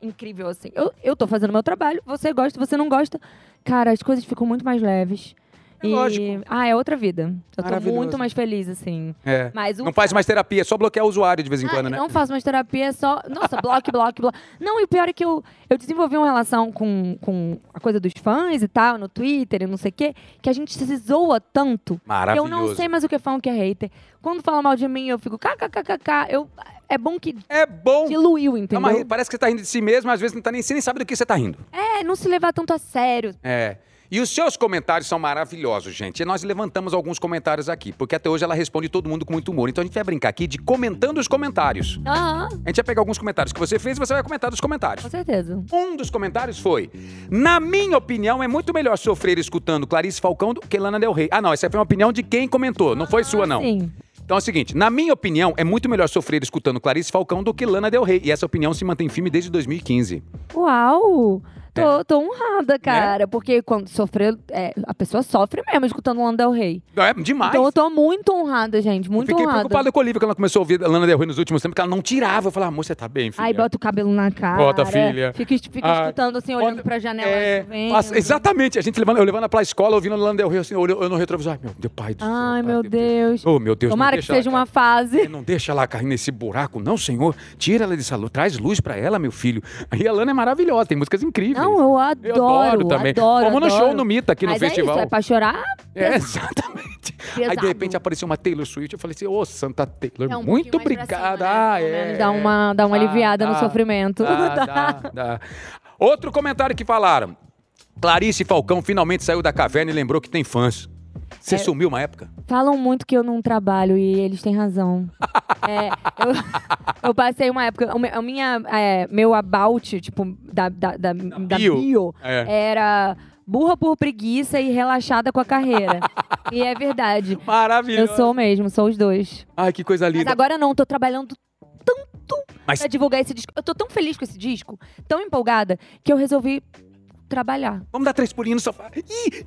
Speaker 2: incrível assim. Eu, eu tô fazendo meu trabalho, você gosta, você não gosta. Cara, as coisas ficam muito mais leves.
Speaker 1: É
Speaker 2: E-
Speaker 1: lógico.
Speaker 2: Ah, é outra vida. Eu tô
Speaker 1: Maravilhoso.
Speaker 2: muito mais feliz, assim.
Speaker 1: É.
Speaker 2: Mas o
Speaker 1: Não faz mais terapia, é só bloquear o usuário de vez em
Speaker 2: ah,
Speaker 1: quando, né?
Speaker 2: Não faço mais terapia, é só. Nossa, bloco, <laughs> bloco, bloco. Não, e o pior é que eu, eu desenvolvi uma relação com, com a coisa dos fãs e tal, no Twitter e não sei o quê, que a gente se zoa tanto. que Eu
Speaker 1: Maravilhoso.
Speaker 2: não sei mais o que é fã, o que é hater. Quando falam mal de mim, eu fico kkkk. Eu, é bom que
Speaker 1: É bom.
Speaker 2: diluiu,
Speaker 1: É uma ri-
Speaker 2: entendeu?
Speaker 1: parece que você tá rindo de si mesmo, mas às vezes não tá nem, você nem sabe do que você tá rindo.
Speaker 2: É, não se levar tanto a sério.
Speaker 1: É. E os seus comentários são maravilhosos, gente. E nós levantamos alguns comentários aqui, porque até hoje ela responde todo mundo com muito humor. Então a gente vai brincar aqui de comentando os comentários.
Speaker 2: Aham,
Speaker 1: A gente vai pegar alguns comentários que você fez e você vai comentar dos comentários.
Speaker 2: com certeza.
Speaker 1: Um dos comentários foi: Na minha opinião, é muito melhor sofrer escutando Clarice Falcão do que Lana Del Rey. Ah, não, essa foi uma opinião de quem comentou, não foi sua, não.
Speaker 2: Sim.
Speaker 1: Então é o seguinte: na minha opinião, é muito melhor sofrer escutando Clarice Falcão do que Lana Del Rey. E essa opinião se mantém firme desde 2015.
Speaker 2: Uau!
Speaker 1: É.
Speaker 2: Tô, tô
Speaker 1: Né?
Speaker 2: honrada, cara. Porque quando sofrer, é, a pessoa sofre mesmo escutando Lana Del Rey.
Speaker 1: É demais.
Speaker 2: Então eu tô muito honrada, gente. Muito
Speaker 1: Fiquei
Speaker 2: honrada.
Speaker 1: preocupado com a Olivia, que ela começou a ouvir Lana Del Rey nos últimos tempos, que ela não tirava. Eu falei, amor, você tá bem, filha?
Speaker 2: Aí bota o cabelo na cara.
Speaker 1: Bota, filha.
Speaker 2: Fica, es- fica
Speaker 1: Ah,
Speaker 2: escutando assim,
Speaker 1: bota-
Speaker 2: olhando pra janela. assim,
Speaker 1: É,
Speaker 2: chovendo.
Speaker 1: passa- exatamente. A gente levando, eu levando ela pra escola, ouvindo Lana Del Rey, assim, eu, eu no retrovisor. Ai, meu Deus, pai do céu.
Speaker 2: Ai,
Speaker 1: pai
Speaker 2: meu
Speaker 1: do
Speaker 2: Deus.
Speaker 1: Oh, meu Deus. não
Speaker 2: Tomara que
Speaker 1: deixa ela
Speaker 2: seja
Speaker 1: cair.
Speaker 2: uma fase.
Speaker 1: É, Não deixa ela cair nesse buraco, não, senhor. Tira ela dessa luz, traz luz pra ela, meu filho. E a Lana é maravilhosa, tem músicas incríveis.
Speaker 2: Não, eu adoro.
Speaker 1: Eu adoro também.
Speaker 2: Adoro,
Speaker 1: Como no
Speaker 2: adoro.
Speaker 1: show no Mita, aqui no
Speaker 2: Mas
Speaker 1: festival.
Speaker 2: É, isso, é pra chorar?
Speaker 1: É, exatamente. Aí de
Speaker 2: Pesado.
Speaker 1: repente apareceu uma Taylor Swift, eu falei assim, ô Santa Taylor,
Speaker 2: É um
Speaker 1: muito
Speaker 2: pouquinho mais pra
Speaker 1: obrigada.
Speaker 2: cima, né?
Speaker 1: Ah,
Speaker 2: Pelo
Speaker 1: é.
Speaker 2: menos dá uma- dá uma aliviada no
Speaker 1: dá,
Speaker 2: sofrimento.
Speaker 1: Dá, dá, dá. Outro comentário que falaram. Clarice Falcão finalmente saiu da caverna e lembrou que tem fãs.
Speaker 2: É.
Speaker 1: Você sumiu uma época?
Speaker 2: Falam muito que eu não trabalho e eles têm
Speaker 1: <laughs>
Speaker 2: razão. É, eu, eu passei uma época. o me- A minha, é, meu about, tipo, da, da, da, da
Speaker 1: bio.
Speaker 2: bio,
Speaker 1: É.
Speaker 2: era burra por preguiça e relaxada com
Speaker 1: <laughs>
Speaker 2: a carreira. e é verdade. Eu
Speaker 1: Maravilhoso.
Speaker 2: sou mesmo, sou os dois.
Speaker 1: Ai, que coisa
Speaker 2: Mas
Speaker 1: linda.
Speaker 2: agora não, tô trabalhando tanto
Speaker 1: Mas-
Speaker 2: pra divulgar esse disco. Eu tô tão feliz com esse disco, tão empolgada, que eu resolvi trabalhar.
Speaker 1: Vamos dar três pulinhos no sofá. Ih, ih,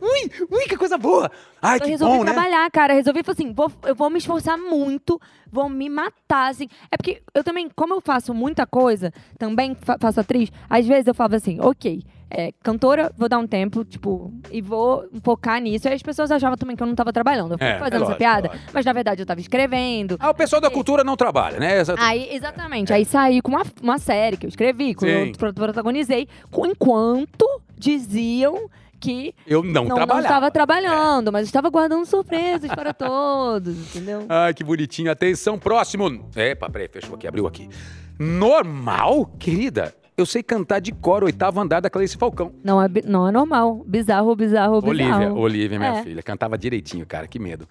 Speaker 1: ui, ui, que coisa boa. Ai,
Speaker 2: Eu
Speaker 1: que
Speaker 2: Então, resolvi
Speaker 1: bom, né?
Speaker 2: trabalhar, cara. Resolvi, falei assim, vou, eu vou me esforçar muito, vou me matar, assim. É porque eu também, como eu faço muita coisa, também fa- faço atriz, às vezes eu falava assim, ok, é, cantora, vou dar um tempo, tipo, e vou focar nisso. Aí as pessoas achavam também que eu não tava trabalhando. Eu fui
Speaker 1: É, é
Speaker 2: fazendo
Speaker 1: lógico,
Speaker 2: essa piada,
Speaker 1: lógico.
Speaker 2: mas na verdade eu tava escrevendo.
Speaker 1: Ah, o pessoal da cultura não trabalha, né? Essa-
Speaker 2: Aí, exatamente. Aí saí com uma, uma série que eu escrevi, que
Speaker 1: Sim.
Speaker 2: eu pro- protagonizei, com- enquanto diziam que
Speaker 1: Eu não,
Speaker 2: não, não
Speaker 1: trabalhava.
Speaker 2: estava
Speaker 1: É.
Speaker 2: trabalhando, mas estava guardando um surpresas
Speaker 1: <laughs>
Speaker 2: para todos, entendeu?
Speaker 1: Ai, que bonitinho. Atenção, próximo. Epa, peraí, fechou aqui, abriu aqui. Normal? Querida, eu sei cantar de cor o oitavo andar da Clarice Falcão.
Speaker 2: Não é, bi- não é normal. Bizarro, bizarro, bizarro.
Speaker 1: Olivia, Olivia, minha
Speaker 2: É.
Speaker 1: filha. Cantava direitinho, cara, que medo.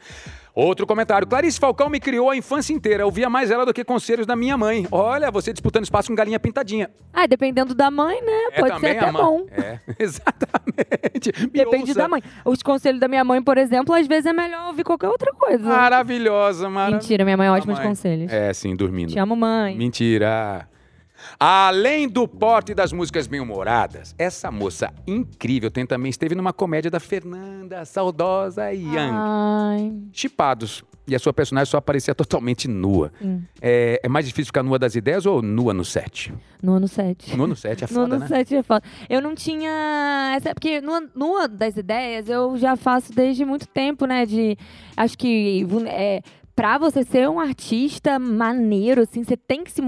Speaker 1: Outro comentário. Clarice Falcão me criou a infância inteira. Eu via mais ela do que conselhos da minha mãe. Olha, você disputando espaço com galinha pintadinha.
Speaker 2: Ah, dependendo da mãe, né?
Speaker 1: É
Speaker 2: Pode
Speaker 1: também
Speaker 2: ser até
Speaker 1: a mãe.
Speaker 2: bom.
Speaker 1: É, <laughs> exatamente. Me
Speaker 2: Depende
Speaker 1: ouça.
Speaker 2: da mãe. Os conselhos da minha mãe, por exemplo, às vezes é melhor ouvir qualquer outra coisa.
Speaker 1: Maravilhosa, maravilhosa.
Speaker 2: Mentira, minha mãe é ótima de
Speaker 1: Mãe.
Speaker 2: conselhos.
Speaker 1: É, sim, dormindo.
Speaker 2: Te amo, mãe.
Speaker 1: Mentira. Além do porte das músicas bem-humoradas, essa moça incrível tem também esteve numa comédia da Fernanda Saudosa
Speaker 2: Ah.
Speaker 1: Young,
Speaker 2: Ai.
Speaker 1: Chipados. E a sua personagem só aparecia totalmente nua.
Speaker 2: Hum.
Speaker 1: É, é mais difícil ficar nua das ideias ou nua no set?
Speaker 2: No ano 7.
Speaker 1: Nua no set é
Speaker 2: No
Speaker 1: foda,
Speaker 2: ano
Speaker 1: né?
Speaker 2: 7 é foda. Eu não tinha. Essa, porque no, no ano das ideias eu já faço desde muito tempo, né? De. Acho que. vul- É, pra você ser um artista maneiro, assim, você tem que se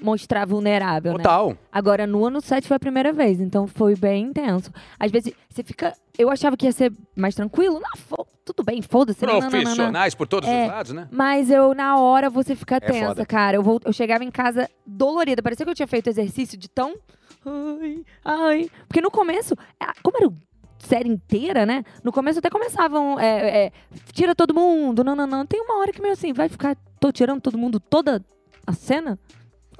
Speaker 2: mostrar vulnerável, né?
Speaker 1: Total.
Speaker 2: Agora, no ano 7 foi a primeira vez, então foi bem intenso. Às vezes você fica. Eu achava que ia ser mais tranquilo. Não, fo- tudo bem, foda-se. não, não, não, não, não.
Speaker 1: Profissionais por todos
Speaker 2: É.
Speaker 1: os lados, né?
Speaker 2: Mas eu, na hora, você fica tensa,
Speaker 1: É foda.
Speaker 2: cara. Eu, vol- eu chegava em casa dolorida. Parecia que eu tinha feito exercício de tão. Ai, ai. Porque no começo, a- como era série inteira, né? No começo até começavam. é, é, tira todo mundo, não, não, não. Tem uma hora que meio assim, vai ficar. Tô tirando todo mundo toda a cena?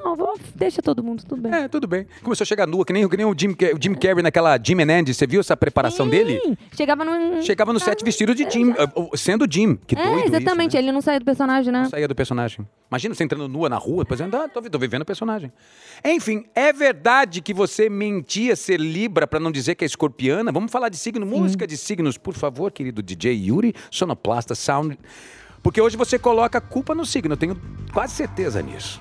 Speaker 2: Não, vou, deixa todo mundo, tudo bem.
Speaker 1: É, tudo bem. Começou a chegar nua, que nem, que nem o, Jim, Car- o Jim Carrey naquela Jim and Andy. Você viu essa preparação dele?
Speaker 2: Sim, Chegava num.
Speaker 1: Chegava no set vestido de Jim, eh, sendo Jim. Que doido
Speaker 2: É,
Speaker 1: isso, né?
Speaker 2: exatamente. Ele não saiu do personagem, né?
Speaker 1: Não saía é do personagem. Imagina você entrando nua na rua, depois dizendo, ah, tô, vi- tô vivendo o personagem. Enfim, é verdade que você mentia ser Libra pra não dizer que é escorpiana? Vamos falar de signo, música de signos, por favor, querido DJ Yuri, sonoplasta, sound. Porque hoje você coloca a culpa no signo, eu tenho quase certeza nisso.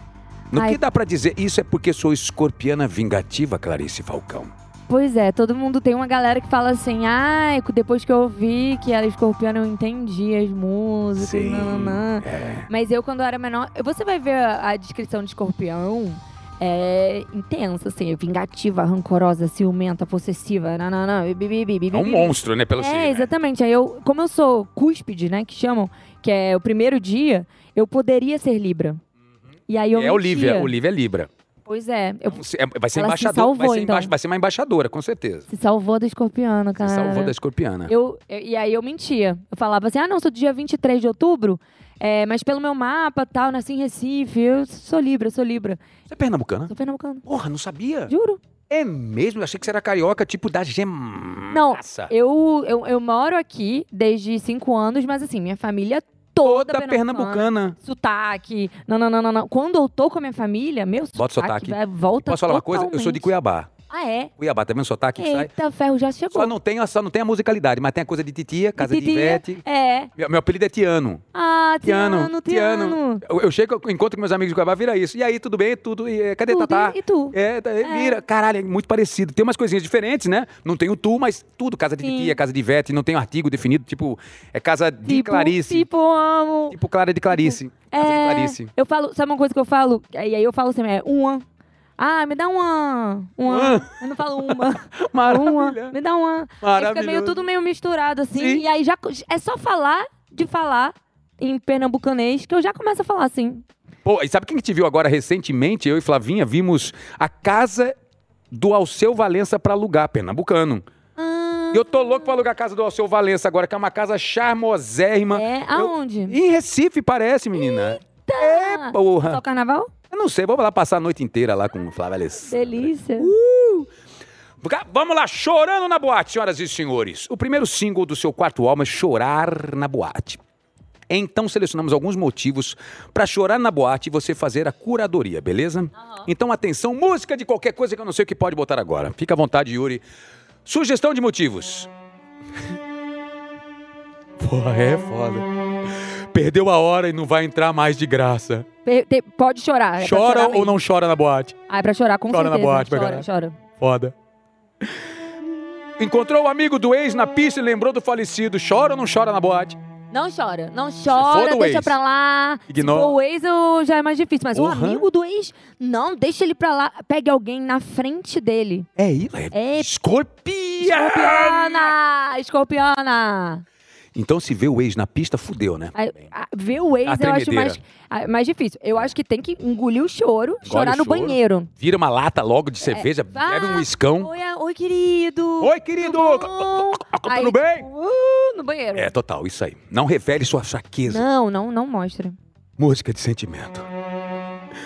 Speaker 1: No
Speaker 2: Ai.
Speaker 1: que dá pra dizer? Isso é porque sou escorpiana vingativa, Clarice Falcão.
Speaker 2: Pois é, todo mundo tem uma galera que fala assim, ai, depois que eu ouvi que era escorpiana, eu entendi as músicas,
Speaker 1: Sim, é.
Speaker 2: nananã. Mas eu, quando era menor, você vai ver a, a descrição de escorpião, é intensa, assim, vingativa, rancorosa, ciumenta, possessiva, nananã, bibi, bibi,
Speaker 1: É um monstro, né, pelo signo.
Speaker 2: é,
Speaker 1: né?
Speaker 2: exatamente. Aí eu, como eu sou cúspide, né, que chamam, que é o primeiro dia, eu poderia ser Libra. E aí eu
Speaker 1: É Olivia,
Speaker 2: mentia.
Speaker 1: Olivia é Libra.
Speaker 2: Pois é,
Speaker 1: É,
Speaker 2: eu
Speaker 1: Vai ser
Speaker 2: Ela se
Speaker 1: embaixador, vai,
Speaker 2: salvou,
Speaker 1: ser emba-
Speaker 2: então.
Speaker 1: vai ser uma embaixadora, com certeza.
Speaker 2: se salvou do escorpiano, cara.
Speaker 1: Se salvou da escorpiana.
Speaker 2: Eu, eu- e aí eu mentia. Eu falava assim, ah, não, sou do dia 23 de outubro, é, mas pelo meu mapa tal, nasci em Recife, eu sou Libra, sou Libra.
Speaker 1: Você é pernambucana?
Speaker 2: Sou pernambucano.
Speaker 1: Porra, não sabia?
Speaker 2: Juro.
Speaker 1: É mesmo? Eu achei que você era carioca, tipo da gemaça.
Speaker 2: Não, eu, eu, eu moro aqui desde cinco anos, mas assim, minha família toda,
Speaker 1: Toda pernambucana.
Speaker 2: Sotaque, não, não, não, não, não. Quando eu tô com a minha família, meu
Speaker 1: Bota
Speaker 2: sotaque,
Speaker 1: sotaque.
Speaker 2: vai- volta
Speaker 1: Posso falar uma coisa? Eu sou de
Speaker 2: totalmente.
Speaker 1: Cuiabá.
Speaker 2: Ah, é?
Speaker 1: Cuiabá, tá vendo o sotaque que sai?
Speaker 2: Eita, ferro já
Speaker 1: Só
Speaker 2: chegou.
Speaker 1: não, tem, a- só não tem a musicalidade, mas tem a coisa de titia, casa de
Speaker 2: Titia,
Speaker 1: Ivete.
Speaker 2: É.
Speaker 1: Meu, meu apelido é Tiano.
Speaker 2: Ah,
Speaker 1: Tiano,
Speaker 2: Tiano, Tiano.
Speaker 1: Eu, eu chego, eu encontro com meus amigos de Cuiabá, vira isso. E aí, tudo bem? Tudo? E, eh, cadê
Speaker 2: Tudo,
Speaker 1: Tatá?
Speaker 2: e tu?
Speaker 1: É, tá- vira. Caralho, é muito parecido. Tem umas coisinhas diferentes, né? Não tem o tu, mas tudo. Casa de
Speaker 2: Sim.
Speaker 1: titia, casa de Ivete, não tem um artigo definido. Tipo, é casa de
Speaker 2: Tipo,
Speaker 1: Clarice. Tipo,
Speaker 2: Tipo, amo.
Speaker 1: Clara de Clarice.
Speaker 2: Tipo,
Speaker 1: casa
Speaker 2: é,
Speaker 1: de Clarice.
Speaker 2: Eu falo, sabe uma coisa que eu falo? E aí eu falo sempre, é uma. Ah, me dá uma. Uma.
Speaker 1: Uma.
Speaker 2: Eu não falo
Speaker 1: <laughs>
Speaker 2: uma. uma.
Speaker 1: Maravilha.
Speaker 2: Me dá uma. Aí fica
Speaker 1: Maravilhoso.
Speaker 2: meio, tudo meio misturado, assim.
Speaker 1: Sim.
Speaker 2: E aí já. É só falar de falar em pernambucanês que eu já começo a falar assim.
Speaker 1: Pô, e sabe quem que te viu agora recentemente? Eu e Flavinha vimos a casa do Alceu Valença pra alugar, pernambucano.
Speaker 2: Ah,
Speaker 1: E eu tô louco pra alugar a casa do Alceu Valença agora, que é uma casa charmosérrima.
Speaker 2: é. Aonde? Ah,
Speaker 1: Em Recife, parece, menina. É, porra.
Speaker 2: Só carnaval?
Speaker 1: Eu não sei, vamos lá passar a noite inteira lá com o Flávio Alessandro.
Speaker 2: Delícia.
Speaker 1: Uh. Ca- Vamos lá, Chorando na Boate, senhoras e senhores. O primeiro single do seu quarto álbum é Chorar na Boate. Então selecionamos alguns motivos pra chorar na boate e você fazer a curadoria, beleza? Então atenção, música de qualquer coisa que eu não sei o que pode botar agora. Fica à vontade, Yuri. Sugestão de motivos. <laughs> Porra, é foda. Perdeu a hora e não vai entrar mais de graça.
Speaker 2: Pe- te- Pode chorar. é pra
Speaker 1: Chora
Speaker 2: chorar
Speaker 1: ou
Speaker 2: mesmo.
Speaker 1: não chora na boate?
Speaker 2: Ah, é pra chorar, com
Speaker 1: Chora na
Speaker 2: certeza.
Speaker 1: boate, pra
Speaker 2: chora,
Speaker 1: caralho.
Speaker 2: chora.
Speaker 1: Foda. Encontrou o amigo do ex na pista e lembrou do falecido. Chora ou não chora na boate?
Speaker 2: Não chora, não
Speaker 1: Hum. for
Speaker 2: chora,
Speaker 1: do
Speaker 2: deixa
Speaker 1: ex.
Speaker 2: pra lá.
Speaker 1: Ignora.
Speaker 2: Se for o ex, eu- já é mais difícil. Mas
Speaker 1: Porra.
Speaker 2: o amigo do ex, não, deixa ele pra lá. Pegue alguém na frente dele.
Speaker 1: É isso.
Speaker 2: É.
Speaker 1: Escorpião!
Speaker 2: Escorpiana! Escorpiana!
Speaker 1: Então se vê o ex na pista, fudeu, né?
Speaker 2: Aí, a- ver o
Speaker 1: A
Speaker 2: ex eu acho
Speaker 1: tremedeira.
Speaker 2: mais, a- mais difícil. Eu acho que tem que engolir o choro, chorar
Speaker 1: o
Speaker 2: no
Speaker 1: choro.
Speaker 2: banheiro.
Speaker 1: Vira uma lata logo
Speaker 2: É.
Speaker 1: de cerveja,
Speaker 2: vá.
Speaker 1: bebe um iscão.
Speaker 2: Oi, a- oi, querido!
Speaker 1: Oi, querido!
Speaker 2: Tudo bom?
Speaker 1: Tudo
Speaker 2: Aí,
Speaker 1: bem?
Speaker 2: tipo, uh, no banheiro.
Speaker 1: É, total, isso aí. Não revele sua fraqueza.
Speaker 2: Não, não, não mostra.
Speaker 1: Música de sentimento.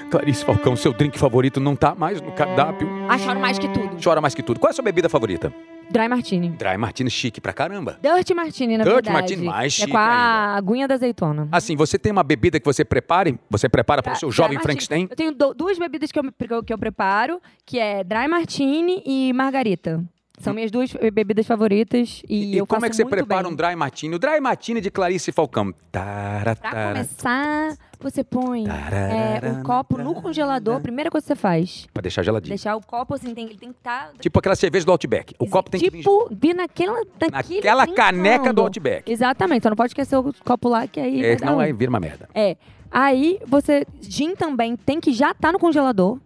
Speaker 1: Clarice Falcão, seu drink favorito não tá mais no cardápio.
Speaker 2: Acharam mais que tudo.
Speaker 1: Chora mais que tudo. Qual é a sua bebida favorita?
Speaker 2: Dry Martini.
Speaker 1: Dry Martini chique pra caramba.
Speaker 2: Dirty Martini, na
Speaker 1: Dirty
Speaker 2: verdade.
Speaker 1: Martini, mais
Speaker 2: É
Speaker 1: chique
Speaker 2: com
Speaker 1: ainda.
Speaker 2: a aguinha da azeitona.
Speaker 1: Assim, você tem uma bebida que você prepare? Você prepara para é o seu
Speaker 2: Dry
Speaker 1: jovem
Speaker 2: Martini.
Speaker 1: Frankenstein?
Speaker 2: Eu tenho do- duas bebidas que eu, me- que, eu, que eu preparo, que é Dry Martini e Margarita. São minhas duas bebidas favoritas e,
Speaker 1: E
Speaker 2: eu
Speaker 1: como
Speaker 2: faço
Speaker 1: é que você
Speaker 2: muito
Speaker 1: prepara
Speaker 2: bem.
Speaker 1: um dry martini? O dry martini de Clarice Falcão. Tara,
Speaker 2: Pra
Speaker 1: tara.
Speaker 2: começar, você põe é, um copo no congelador. Primeira coisa que você faz.
Speaker 1: Pra deixar geladinho.
Speaker 2: Deixar o copo assim, tem, ele tem que estar...
Speaker 1: Tipo aquela cerveja do Outback. O copo tem que vir
Speaker 2: Tipo, tá vir naquela... naquele
Speaker 1: naquela caneca do
Speaker 2: brincando.
Speaker 1: Outback.
Speaker 2: Exatamente, só não pode esquecer o copo lá, que aí
Speaker 1: É,
Speaker 2: vai dar
Speaker 1: não
Speaker 2: ruim.
Speaker 1: é vira uma merda.
Speaker 2: É. Aí você. Gin também tem que já tá no congelador.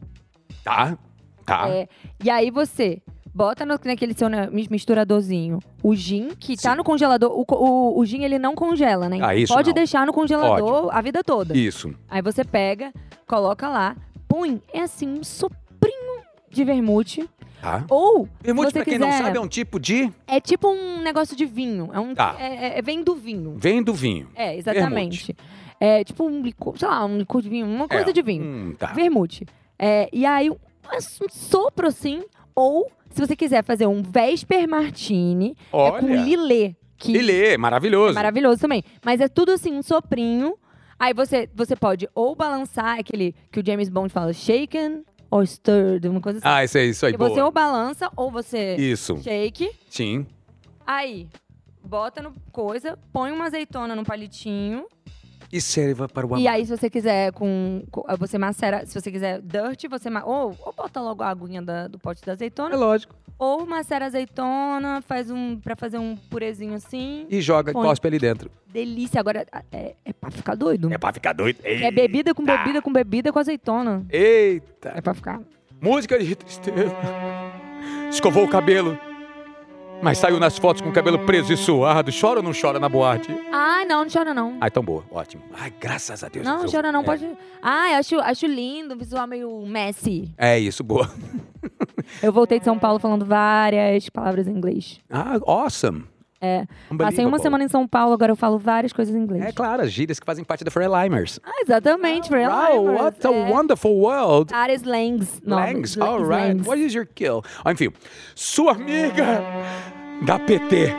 Speaker 1: Tá, tá.
Speaker 2: É. E aí você bota no, naquele seu né, mis- misturadorzinho o gin, que tá
Speaker 1: Sim.
Speaker 2: no congelador. O, co- o, o gin ele não congela, né?
Speaker 1: Ah, isso
Speaker 2: Pode
Speaker 1: não.
Speaker 2: deixar no congelador a vida toda.
Speaker 1: Isso.
Speaker 2: Aí você pega, coloca lá, põe, é assim, um soprinho de vermute.
Speaker 1: Tá.
Speaker 2: Ou. se
Speaker 1: Vermute,
Speaker 2: você
Speaker 1: pra quem
Speaker 2: quiser,
Speaker 1: não sabe, é um tipo de...
Speaker 2: É tipo um negócio de vinho. É um.
Speaker 1: Tá.
Speaker 2: é- é- vem do vinho.
Speaker 1: Vem do vinho.
Speaker 2: É, exatamente. É tipo um licor, sei lá, um licor de vinho, uma coisa
Speaker 1: É,
Speaker 2: de vinho.
Speaker 1: Hum, tá.
Speaker 2: Vermute. É, e aí, um um sopro assim, ou se você quiser fazer um Vesper Martini, é com
Speaker 1: Olha.
Speaker 2: lilê. Que
Speaker 1: E lê,
Speaker 2: é
Speaker 1: maravilhoso.
Speaker 2: maravilhoso também. Mas é tudo assim, um soprinho. Aí você, você pode ou balançar aquele que o James Bond fala, shaken or stirred, uma coisa assim.
Speaker 1: Ah, isso aí, isso aí,
Speaker 2: Que você
Speaker 1: boa.
Speaker 2: ou balança ou você
Speaker 1: Isso,
Speaker 2: shake.
Speaker 1: sim.
Speaker 2: Aí, bota no coisa, põe uma azeitona no palitinho.
Speaker 1: E serva para o amor.
Speaker 2: E aí, se você quiser com, com- Você macera. Se você quiser dirt, você. ma- Ou, ou bota logo a aguinha da- do pote da
Speaker 1: É
Speaker 2: azeitona.
Speaker 1: lógico.
Speaker 2: Ou macera a azeitona, faz um. pra fazer um purezinho assim.
Speaker 1: E joga,
Speaker 2: Põe.
Speaker 1: cospe ali dentro.
Speaker 2: Delícia. Agora, é, é pra ficar doido.
Speaker 1: É pra ficar doido.
Speaker 2: É, bebida com bebida com bebida com azeitona.
Speaker 1: Eita.
Speaker 2: É pra ficar.
Speaker 1: Música de tristeza. Escovou o cabelo. Mas saiu nas fotos com o cabelo preso e suado. Chora ou não chora na boate?
Speaker 2: Ah, não, não chora não.
Speaker 1: Ai, tão boa. Ótimo. Ai, graças a Deus.
Speaker 2: não, não
Speaker 1: resolveu.
Speaker 2: chora não.
Speaker 1: É.
Speaker 2: Pode. Ah, eu acho, acho lindo, um visual meio Messi.
Speaker 1: É isso, boa. <laughs>
Speaker 2: Eu voltei de São Paulo falando várias palavras em inglês.
Speaker 1: Ah, awesome.
Speaker 2: É. Passei uma semana em São Paulo, agora eu falo várias coisas em inglês.
Speaker 1: É claro, as gírias que fazem parte da Freilimers.
Speaker 2: Ah, exatamente, Fran
Speaker 1: Wow,
Speaker 2: Limers,
Speaker 1: what a
Speaker 2: é.
Speaker 1: wonderful world.
Speaker 2: Ares Langs. não,
Speaker 1: Langs,
Speaker 2: Langs,
Speaker 1: all right.
Speaker 2: Langs.
Speaker 1: What is your kill? Ah, Enfim, sua amiga da PT,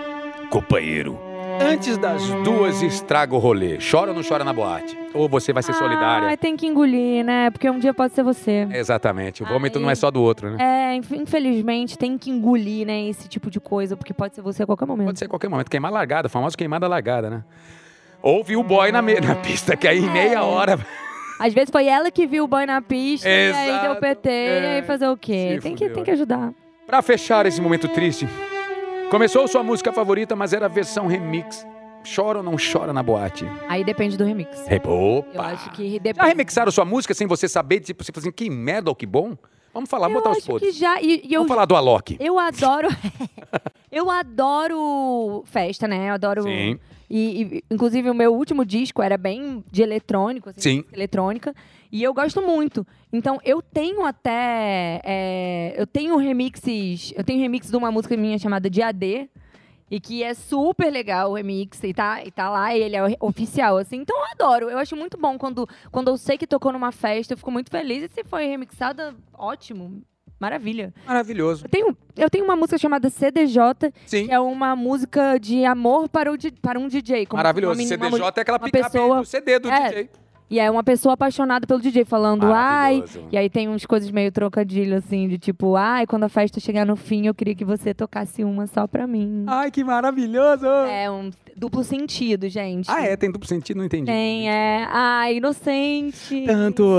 Speaker 1: companheiro, Antes das duas, estraga o rolê. Chora ou não chora na boate? Ou você vai ser solidária?
Speaker 2: Ah, tem que engolir, né? Porque um dia pode ser você.
Speaker 1: Exatamente. O vômito
Speaker 2: Ai.
Speaker 1: não é só do outro, né?
Speaker 2: É, inf- infelizmente, tem que engolir, né, esse tipo de coisa, porque pode ser você a qualquer momento.
Speaker 1: Pode ser a qualquer momento. Queimar largada, famosa queimada largada, né? Houve o boy na, me- na pista, que aí em
Speaker 2: É.
Speaker 1: meia hora.
Speaker 2: Às vezes foi ela que viu o boy na pista, e aí
Speaker 1: Exato,
Speaker 2: deu PT,
Speaker 1: é.
Speaker 2: e aí fazer o quê?
Speaker 1: Se
Speaker 2: Tem que,
Speaker 1: fudeu,
Speaker 2: tem
Speaker 1: né?
Speaker 2: que ajudar.
Speaker 1: Pra fechar esse momento triste, começou sua música favorita, mas era a versão remix. Chora ou não chora na boate?
Speaker 2: Aí depende do remix.
Speaker 1: Re- Opa!
Speaker 2: Eu acho que
Speaker 1: Já
Speaker 2: depende.
Speaker 1: remixaram sua música sem você saber? Tipo, você fala assim, que merda ou que bom? Vamos falar,
Speaker 2: Eu
Speaker 1: botar os
Speaker 2: acho que
Speaker 1: podres.
Speaker 2: já. E, e eu,
Speaker 1: Vamos falar do Alok.
Speaker 2: eu adoro. <laughs> eu adoro festa, né? Eu adoro.
Speaker 1: Sim.
Speaker 2: E, e, inclusive, o meu último disco era bem de eletrônico, assim,
Speaker 1: Sim.
Speaker 2: eletrônica. E eu gosto muito. Então, eu tenho até. é, eu tenho remixes. Eu tenho remix de uma música minha chamada De AD. E que é super legal o remix. E tá, e tá lá, e ele é o- oficial, assim. Então eu adoro. Eu acho muito bom quando, quando eu sei que tocou numa festa, eu fico muito feliz. E se foi remixada, ótimo. Maravilha.
Speaker 1: Maravilhoso.
Speaker 2: Eu tenho, eu tenho uma música chamada CDJ,
Speaker 1: Sim.
Speaker 2: que é uma música de amor para, o, di- para um DJ. como
Speaker 1: Maravilhoso.
Speaker 2: uma menina- uma
Speaker 1: CDJ é aquela
Speaker 2: uma
Speaker 1: picape
Speaker 2: pessoa-
Speaker 1: do CD do
Speaker 2: É,
Speaker 1: DJ.
Speaker 2: e é uma pessoa apaixonada pelo DJ, falando, ai. é um
Speaker 1: Maravilhoso.
Speaker 2: E aí tem uns coisas meio trocadilho, assim, de tipo, ai, quando a festa chegar no fim, eu queria que você tocasse uma só pra mim.
Speaker 1: Ai, que maravilhoso!
Speaker 2: É um duplo sentido, gente.
Speaker 1: Ah, é, tem duplo sentido, não entendi.
Speaker 2: Tem, é. Ai, inocente.
Speaker 1: Tanto.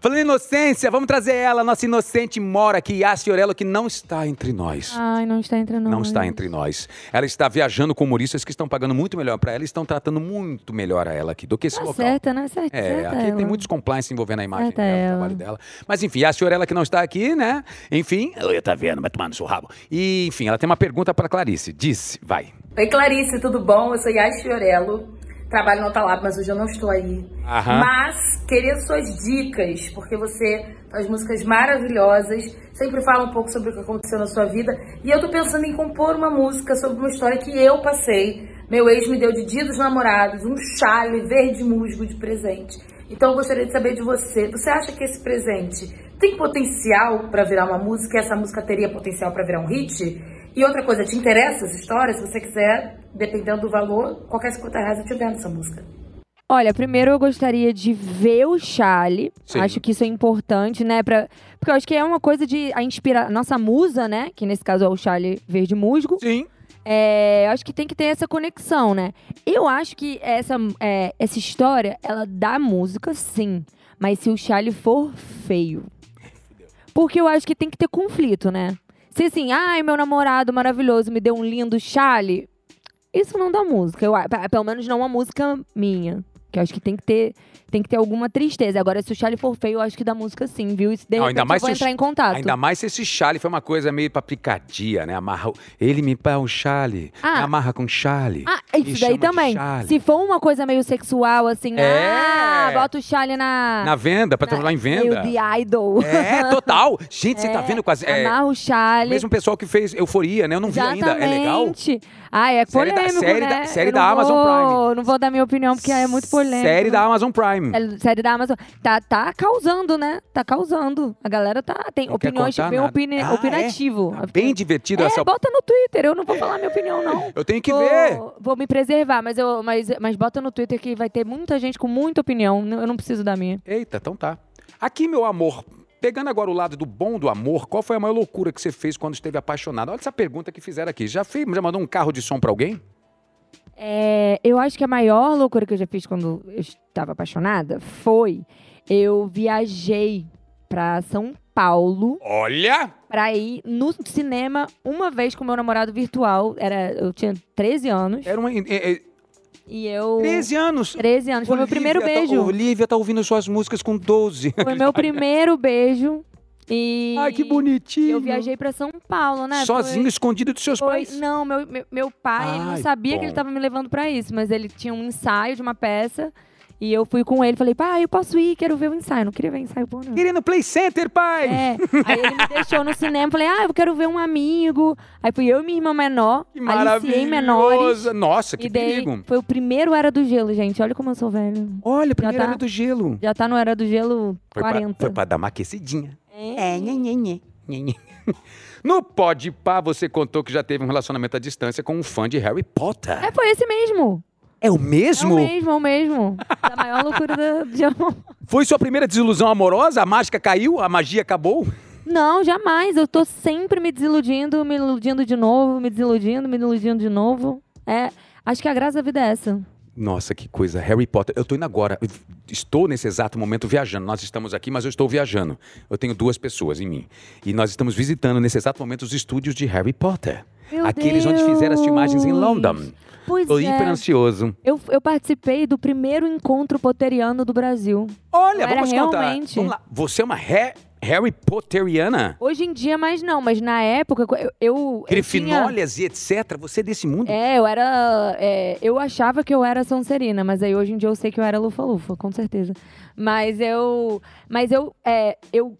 Speaker 1: Falando em inocência, vamos trazer ela, nossa inocente mora aqui, Yassi Orello, que não está entre nós.
Speaker 2: Ai, Ah, não é. está entre nós.
Speaker 1: Não está entre nós. Ela está viajando com humoristas que estão pagando muito melhor para ela e estão tratando muito melhor a ela aqui do que esse
Speaker 2: Tá
Speaker 1: local.
Speaker 2: certa, né? Certa,
Speaker 1: É,
Speaker 2: certa
Speaker 1: aqui
Speaker 2: ela.
Speaker 1: tem muitos compliance envolvendo a imagem
Speaker 2: Certa
Speaker 1: dela, o
Speaker 2: ela.
Speaker 1: trabalho dela. Mas enfim, a senhora ela que não está aqui, né? Enfim, eu tá vendo, vai tomar no seu rabo. E enfim, ela tem uma pergunta para Clarice. Disse, vai.
Speaker 3: Oi Clarice, tudo bom? Eu sou Yas Fiorello, trabalho no Otalab, mas hoje eu não estou aí.
Speaker 1: Aham.
Speaker 3: Mas queria suas dicas, porque você faz músicas maravilhosas, sempre fala um pouco sobre o que aconteceu na sua vida. E eu tô pensando em compor uma música sobre uma história que eu passei. Meu ex me deu de dia dos namorados um chale verde musgo de presente. Então eu gostaria de saber de você. Você acha que esse presente tem potencial pra virar uma música? Essa música teria potencial pra virar um hit? E outra coisa, te interessa essa história? Se você quiser, dependendo do valor, qualquer 50 reais eu te vendo essa música.
Speaker 2: Olha, primeiro eu gostaria de ver o Chale.
Speaker 1: Sim.
Speaker 2: Acho que isso é importante, né? Pra... Porque eu acho que é uma coisa de a inspirar nossa musa, né? Que nesse caso é o Chale Verde Musgo.
Speaker 1: Sim.
Speaker 2: É, eu acho que tem que ter essa conexão, né? Eu acho que essa, é, essa história, ela dá música, sim. Mas se o Charlie for feio. Porque eu acho que tem que ter conflito, né? Se assim, ai, meu namorado maravilhoso me deu um lindo Charlie. Isso não dá música. Eu, a- pe- pelo menos não uma música minha. Que eu acho que tem que ter, tem que ter alguma tristeza. Agora, se o Charlie for feio, eu acho que dá música sim, viu? Isso de
Speaker 1: Não,
Speaker 2: repente
Speaker 1: ainda mais
Speaker 2: eu
Speaker 1: se o
Speaker 2: vou entrar
Speaker 1: Ch-
Speaker 2: em contato.
Speaker 1: Ainda mais se esse chale foi uma coisa meio pra picadia, né? Amarra. o- Ele me pá o chale.
Speaker 2: Ah.
Speaker 1: me amarra com chale.
Speaker 2: Ah,
Speaker 1: E
Speaker 2: isso
Speaker 1: chama
Speaker 2: daí
Speaker 1: de
Speaker 2: também.
Speaker 1: chale.
Speaker 2: Se for uma coisa meio sexual, assim,
Speaker 1: É.
Speaker 2: ah, bota o chale na.
Speaker 1: na venda, pra
Speaker 2: na-
Speaker 1: trabalhar em venda.
Speaker 2: Meio The Idol.
Speaker 1: É, total. Gente, você tá
Speaker 2: <laughs> É,
Speaker 1: vendo quase. É,
Speaker 2: Amarra o
Speaker 1: o
Speaker 2: chale.
Speaker 1: mesmo pessoal que fez Euforia, né? Eu não vi ainda. É legal?
Speaker 2: Exatamente. Ah, é
Speaker 1: Série da-
Speaker 2: polêmico,
Speaker 1: série da-
Speaker 2: né?
Speaker 1: série
Speaker 2: Eu
Speaker 1: da
Speaker 2: não
Speaker 1: Amazon
Speaker 2: vou, Não vou dar minha opinião, porque é muito polêmico.
Speaker 1: Série da Amazon Prime.
Speaker 2: É, Série da Amazon. Tá, tá causando, né? Tá causando. A galera tá. Tem
Speaker 1: Não quer
Speaker 2: opiniões
Speaker 1: contar
Speaker 2: bem
Speaker 1: nada.
Speaker 2: opini
Speaker 1: Ah, é?
Speaker 2: opinativo.
Speaker 1: Tá bem divertido
Speaker 2: é,
Speaker 1: essa. É.
Speaker 2: bota no Twitter. Eu não vou falar minha opinião, não.
Speaker 1: Eu tenho que
Speaker 2: vou,
Speaker 1: ver.
Speaker 2: Vou me preservar, mas, eu, mas, mas bota no Twitter que vai ter muita gente com muita opinião. N- Eu não preciso da minha.
Speaker 1: Eita, então tá. Aqui, meu amor, pegando agora o lado do bom do amor, qual foi a maior loucura que você fez quando esteve apaixonado? Olha essa pergunta que fizeram aqui. Já fez, já mandou um carro de som pra alguém?
Speaker 2: É, eu acho que a maior loucura que eu já fiz quando eu estava apaixonada foi eu viajei pra São Paulo
Speaker 1: Olha!
Speaker 2: pra ir no cinema uma vez com meu namorado virtual. Era, eu tinha 13 anos
Speaker 1: Era uma, é, é,
Speaker 2: e eu
Speaker 1: 13 anos.
Speaker 2: 13 anos foi meu
Speaker 1: Olivia
Speaker 2: primeiro
Speaker 1: tá-
Speaker 2: beijo.
Speaker 1: Olivia tá ouvindo suas músicas com 12.
Speaker 2: Foi meu primeiro beijo e
Speaker 1: Ai, que bonitinho.
Speaker 2: Eu viajei pra São Paulo, né?
Speaker 1: Sozinho,
Speaker 2: Foi-
Speaker 1: escondido dos seus
Speaker 2: Foi-
Speaker 1: pais.
Speaker 2: Não, meu, meu, meu pai, ele não
Speaker 1: Tipo, Ai,
Speaker 2: sabia que
Speaker 1: bom.
Speaker 2: ele estava me levando pra isso, mas ele tinha um ensaio de uma peça e eu fui com ele, falei, pai, eu posso ir, quero ver o ensaio. Não queria ver ensaio bom, não.
Speaker 1: Querendo Play Center, pai!
Speaker 2: É, aí ele me deixou no cinema, falei, ah, eu quero ver um amigo. Aí fui eu e minha irmã menor,
Speaker 1: Que
Speaker 2: aliciei menores.
Speaker 1: maravilhosa! Nossa, que
Speaker 2: e daí,
Speaker 1: perigo!
Speaker 2: foi o primeiro Era do Gelo, gente, olha como eu sou velho.
Speaker 1: Olha, primeiro
Speaker 2: tá-
Speaker 1: era do gelo.
Speaker 2: Já tá no Era do Gelo
Speaker 1: Foi pra,
Speaker 2: 40.
Speaker 1: foi pra dar uma aquecidinha.
Speaker 2: É,
Speaker 1: nhenhenhê. <laughs> No Pode Pá, você contou que já teve um relacionamento à distância com um fã de Harry Potter.
Speaker 2: É, foi esse mesmo.
Speaker 1: É o
Speaker 2: É o
Speaker 1: mesmo?
Speaker 2: mesmo, é
Speaker 1: <laughs>
Speaker 2: o mesmo. Da maior loucura da, de amor.
Speaker 1: Foi sua primeira desilusão amorosa? A mágica caiu? A magia acabou?
Speaker 2: Não, jamais. Eu tô sempre me desiludindo, me iludindo de novo, me desiludindo, me iludindo de novo. É, acho que a graça da vida é essa.
Speaker 1: Nossa, que coisa. Harry Potter. Eu tô indo agora. Eu Estou nesse exato momento viajando. Nós estamos aqui, mas eu estou viajando. Eu tenho duas pessoas em mim. E nós estamos visitando nesse exato momento os estúdios de Harry Potter.
Speaker 2: Meu
Speaker 1: Aqueles onde fizeram as filmagens em
Speaker 2: Deus.
Speaker 1: London.
Speaker 2: Pois
Speaker 1: Tô
Speaker 2: é.
Speaker 1: hiper ansioso.
Speaker 2: Eu, eu participei do primeiro encontro potteriano do Brasil.
Speaker 1: Olha,
Speaker 2: Não era
Speaker 1: vamos contar.
Speaker 2: realmente.
Speaker 1: Vamos lá. Você é uma Ra- Harry Potteriana?
Speaker 2: Hoje em dia, mais não, mas na época, eu. eu eu tinha-
Speaker 1: Grifinólias e etc. Você é desse mundo?
Speaker 2: É, eu era. é, eu achava que eu era Sonserina, mas aí hoje em dia eu sei que eu era Lufa-Lufa, com certeza. Mas eu. Mas eu. é, eu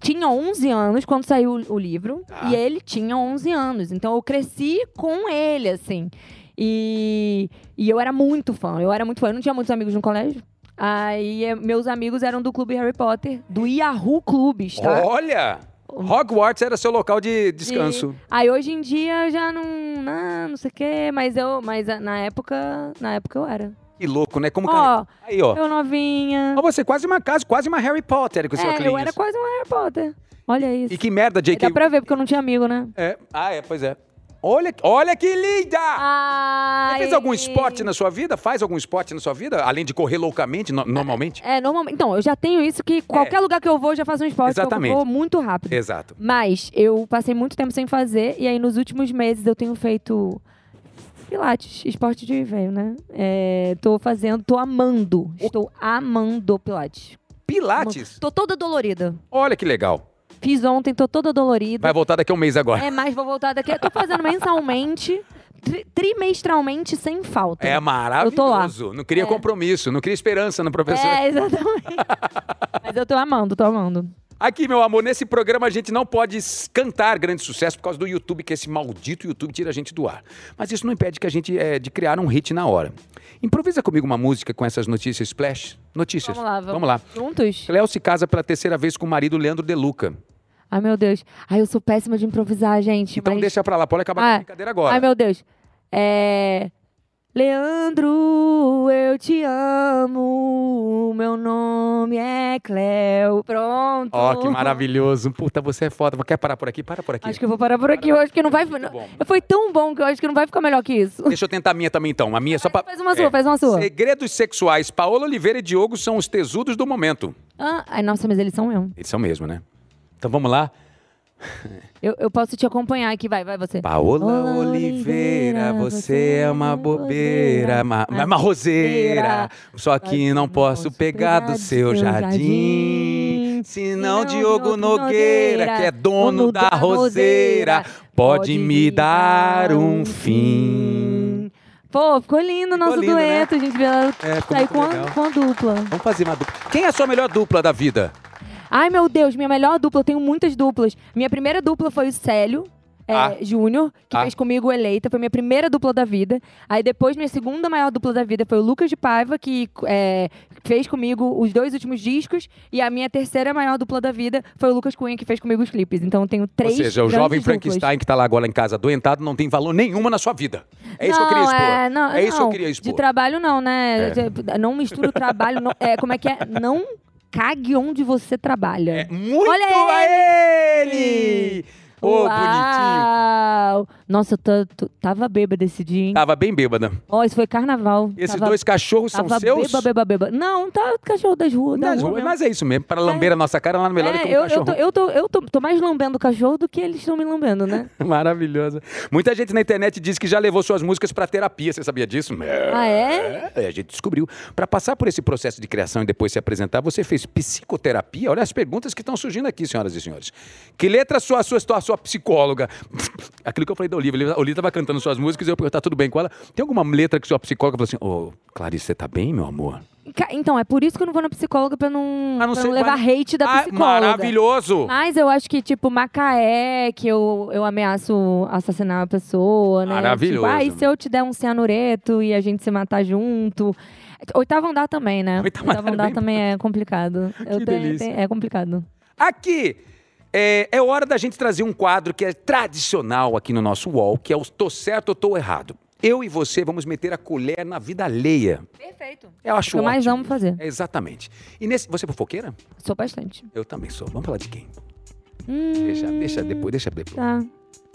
Speaker 2: tinha 11 anos quando saiu o- o livro,
Speaker 1: Tá.
Speaker 2: e ele tinha 11 anos. Então eu cresci com ele, assim. E, e eu era muito fã, eu era muito fã. Eu não tinha muitos amigos no colégio. Aí é, meus amigos eram do clube Harry Potter, do Yahoo Clubes, tá?
Speaker 1: Olha! Hogwarts era seu local de descanso.
Speaker 2: Aí hoje em dia eu já não, não, não sei o quê, mas eu, mas ah, na época, na época eu era.
Speaker 1: Que louco, né? Como
Speaker 2: Ó,
Speaker 1: que... Aí, ó.
Speaker 2: eu novinha.
Speaker 1: Ó, Você é quase uma casa, quase uma Harry Potter com seu
Speaker 2: é, eu
Speaker 1: óculinhos.
Speaker 2: era quase um Harry Potter. Olha isso.
Speaker 1: E que merda,
Speaker 2: Aí Dá
Speaker 1: JK.
Speaker 2: pra ver, porque eu não tinha amigo, né?
Speaker 1: É. Ah, é, pois é. Olha, olha que linda!
Speaker 2: Ah!
Speaker 1: Você fez algum esporte na sua vida? Faz algum esporte na sua vida? Além de correr loucamente, no- normalmente?
Speaker 2: É, normalmente. Então, eu já tenho isso que qualquer lugar que eu vou, eu já faço um esporte. porque
Speaker 1: É. Exatamente.
Speaker 2: Eu vou muito rápido.
Speaker 1: Exato.
Speaker 2: Mas eu passei muito tempo sem fazer, e aí nos últimos meses eu tenho feito Pilates, esporte de veio, né? É, tô fazendo, tô amando. Estou amando Pilates.
Speaker 1: Pilates?
Speaker 2: Tô toda dolorida.
Speaker 1: Olha que legal.
Speaker 2: Fiz ontem, tô toda dolorida.
Speaker 1: Vai voltar daqui a um mês agora.
Speaker 2: É, mas vou voltar daqui. Eu tô fazendo mensalmente, tri- trimestralmente, sem falta.
Speaker 1: É maravilhoso. Não queria
Speaker 2: É.
Speaker 1: compromisso, não queria esperança no professor.
Speaker 2: É, exatamente.
Speaker 1: <laughs>
Speaker 2: mas eu tô amando, tô amando.
Speaker 1: Aqui, meu amor, nesse programa a gente não pode s- cantar grande sucesso por causa do YouTube, que esse maldito YouTube tira a gente do ar. Mas isso não impede que a gente é, de criar um hit na hora. Improvisa comigo uma música com essas notícias splash. Notícias.
Speaker 2: Vamos lá, vamos,
Speaker 1: Vamos lá.
Speaker 2: Juntos?
Speaker 1: Cléo se casa pela terceira vez com o marido Leandro De Luca.
Speaker 2: Ai, meu Deus. Ai, eu sou péssima de improvisar, gente.
Speaker 1: Então
Speaker 2: mas-
Speaker 1: deixa pra lá, pode acabar com a
Speaker 2: Ah,
Speaker 1: brincadeira agora.
Speaker 2: Ai, meu Deus. É. Leandro, eu te amo. Meu nome é Cléo. Pronto.
Speaker 1: Ó, que maravilhoso. Puta, você é foda. Quer parar por aqui? Para por aqui.
Speaker 2: Acho que eu vou parar por aqui. Eu acho que não vai.
Speaker 1: Muito bom.
Speaker 2: Foi tão bom que eu acho que não vai ficar melhor que isso.
Speaker 1: Deixa eu tentar a minha também, então. A minha só pra...
Speaker 2: Faz uma sua, faz uma sua.
Speaker 1: Segredos sexuais. Paola Oliveira e Diogo são os tesudos do momento.
Speaker 2: Ah, ai, nossa, mas eles são mesmo.
Speaker 1: Eles são mesmo, né? Então vamos lá.
Speaker 2: Eu, eu posso te acompanhar aqui, vai, vai você.
Speaker 1: Paola
Speaker 2: Olá,
Speaker 1: Oliveira,
Speaker 2: Oliveira,
Speaker 1: você é uma bobeira,
Speaker 2: bobeira,
Speaker 1: ma-
Speaker 2: mas
Speaker 1: uma roseira.
Speaker 2: roseira.
Speaker 1: Só que não posso pegar do seu jardim, senão Diogo Nogueira, que é dono da roseira, pode me dar um fim.
Speaker 2: Pô, ficou lindo o nosso
Speaker 1: lindo, né?
Speaker 2: dueto, gente. Ela
Speaker 1: É, ficou
Speaker 2: saiu
Speaker 1: muito
Speaker 2: com a,
Speaker 1: legal.
Speaker 2: com a dupla.
Speaker 1: Vamos fazer uma dupla. Quem é a sua melhor dupla da vida?
Speaker 2: Ai, meu Deus, minha melhor dupla, eu tenho muitas duplas. Minha primeira dupla foi o Célio. é,
Speaker 1: Ah.
Speaker 2: Júnior, que
Speaker 1: Ah.
Speaker 2: fez comigo eleita, foi minha primeira dupla da vida. Aí depois, minha segunda maior dupla da vida foi o Lucas de Paiva, que é, fez comigo os dois últimos discos. E a minha terceira maior dupla da vida foi o Lucas Cunha, que fez comigo os clipes. Então eu tenho três.
Speaker 1: Ou seja, o
Speaker 2: grandes
Speaker 1: jovem
Speaker 2: duplas.
Speaker 1: Frankenstein que tá lá agora em casa adoentado não tem valor nenhuma na sua vida. É isso que eu queria
Speaker 2: Não,
Speaker 1: expor.
Speaker 2: É, não,
Speaker 1: É isso que eu
Speaker 2: não.
Speaker 1: queria expor.
Speaker 2: De trabalho, não, né?
Speaker 1: É.
Speaker 2: De- Não mistura o trabalho. não- é, como é que é? Não cague onde você trabalha.
Speaker 1: É muito
Speaker 2: Olha
Speaker 1: a ele! Ô, bonitinho.
Speaker 2: Uau! Nossa, eu tô- tô- tava bêbada esse dia, hein?
Speaker 1: Tava bem bêbada.
Speaker 2: Ó, isso foi carnaval.
Speaker 1: Esses
Speaker 2: tava,
Speaker 1: dois cachorros são
Speaker 2: tava
Speaker 1: seus?
Speaker 2: Bêba, bêba, bêba. Não, tá cachorro das ruas. da
Speaker 1: Nas
Speaker 2: rua
Speaker 1: ruas,
Speaker 2: mesmo.
Speaker 1: mas é isso mesmo. Para lamber a nossa cara, lá no melhor é,
Speaker 2: né? É,
Speaker 1: que um
Speaker 2: eu, eu,
Speaker 1: cachorro.
Speaker 2: tô, eu, tô, eu tô, tô mais lambendo o cachorro do que eles estão me lambendo, né?
Speaker 1: <laughs> Maravilhosa. Muita gente na internet diz que já levou suas músicas pra terapia. Você sabia disso?
Speaker 2: Ah, é?
Speaker 1: É, a gente descobriu. Pra passar por esse processo de criação e depois se apresentar, você fez psicoterapia? Olha as perguntas que estão surgindo aqui, senhoras e senhores. Que letra sua, sua, sua, sua psicóloga? <laughs> Aquilo que eu falei da Olivia. A Olivia tava cantando suas músicas e eu perguntava, tá tudo bem com ela? Tem alguma letra que sua psicóloga falou assim, ô, Clarice, você tá bem, meu amor?
Speaker 2: Ca- Então, é por isso que eu não vou na psicóloga pra não,
Speaker 1: Ah, não
Speaker 2: pra
Speaker 1: sei,
Speaker 2: não levar
Speaker 1: vai-
Speaker 2: hate da
Speaker 1: Ah,
Speaker 2: psicóloga.
Speaker 1: maravilhoso!
Speaker 2: Mas eu acho que, tipo, Macaé, que eu, eu ameaço assassinar uma pessoa, né?
Speaker 1: Maravilhoso.
Speaker 2: Tipo, ai, se eu te der um cianureto e a gente se matar junto. Oitavo andar também, né?
Speaker 1: Oitavo andar é bem
Speaker 2: também é complicado.
Speaker 1: <laughs>
Speaker 2: Eu
Speaker 1: Que
Speaker 2: tenho-
Speaker 1: delícia.
Speaker 2: tenho- é complicado.
Speaker 1: Aqui! É, é hora da gente trazer um quadro que é tradicional aqui no nosso UOL, que é o Tô Certo ou Tô Errado. Eu e você vamos meter a colher na vida alheia.
Speaker 2: Perfeito.
Speaker 1: Eu acho
Speaker 2: Eu mais
Speaker 1: ótimo.
Speaker 2: amo fazer.
Speaker 1: É, exatamente. E nesse. Você é fofoqueira?
Speaker 2: Sou bastante.
Speaker 1: Eu também sou. Vamos falar de quem?
Speaker 2: Hum,
Speaker 1: Deixa, deixa depois, deixa depois.
Speaker 2: Tá.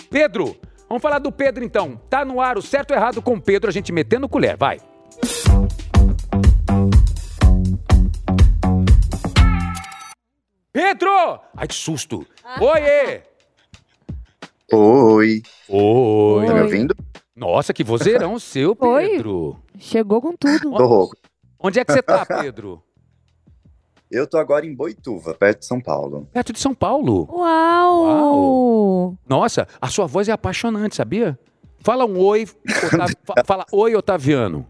Speaker 1: Pedro! Vamos falar do Pedro então. Tá no ar o certo ou errado com o Pedro, a gente metendo colher, vai. Pedro! Ai, que susto! Oiê!
Speaker 4: Oi,
Speaker 1: Oi!
Speaker 4: tá me
Speaker 2: Oi.
Speaker 4: ouvindo?
Speaker 1: Nossa, que vozeirão seu,
Speaker 2: Oi.
Speaker 1: Pedro!
Speaker 2: Chegou com tudo.
Speaker 4: Tô rouco.
Speaker 1: Onde é que você tá, Pedro?
Speaker 4: Eu tô agora em Boituva, perto de São Paulo.
Speaker 1: Perto de São Paulo.
Speaker 2: Uau!
Speaker 1: Uau. Nossa, a sua voz é apaixonante, sabia? Fala um oi,
Speaker 2: <laughs>
Speaker 1: Otavi- fa- fala oi, Otaviano.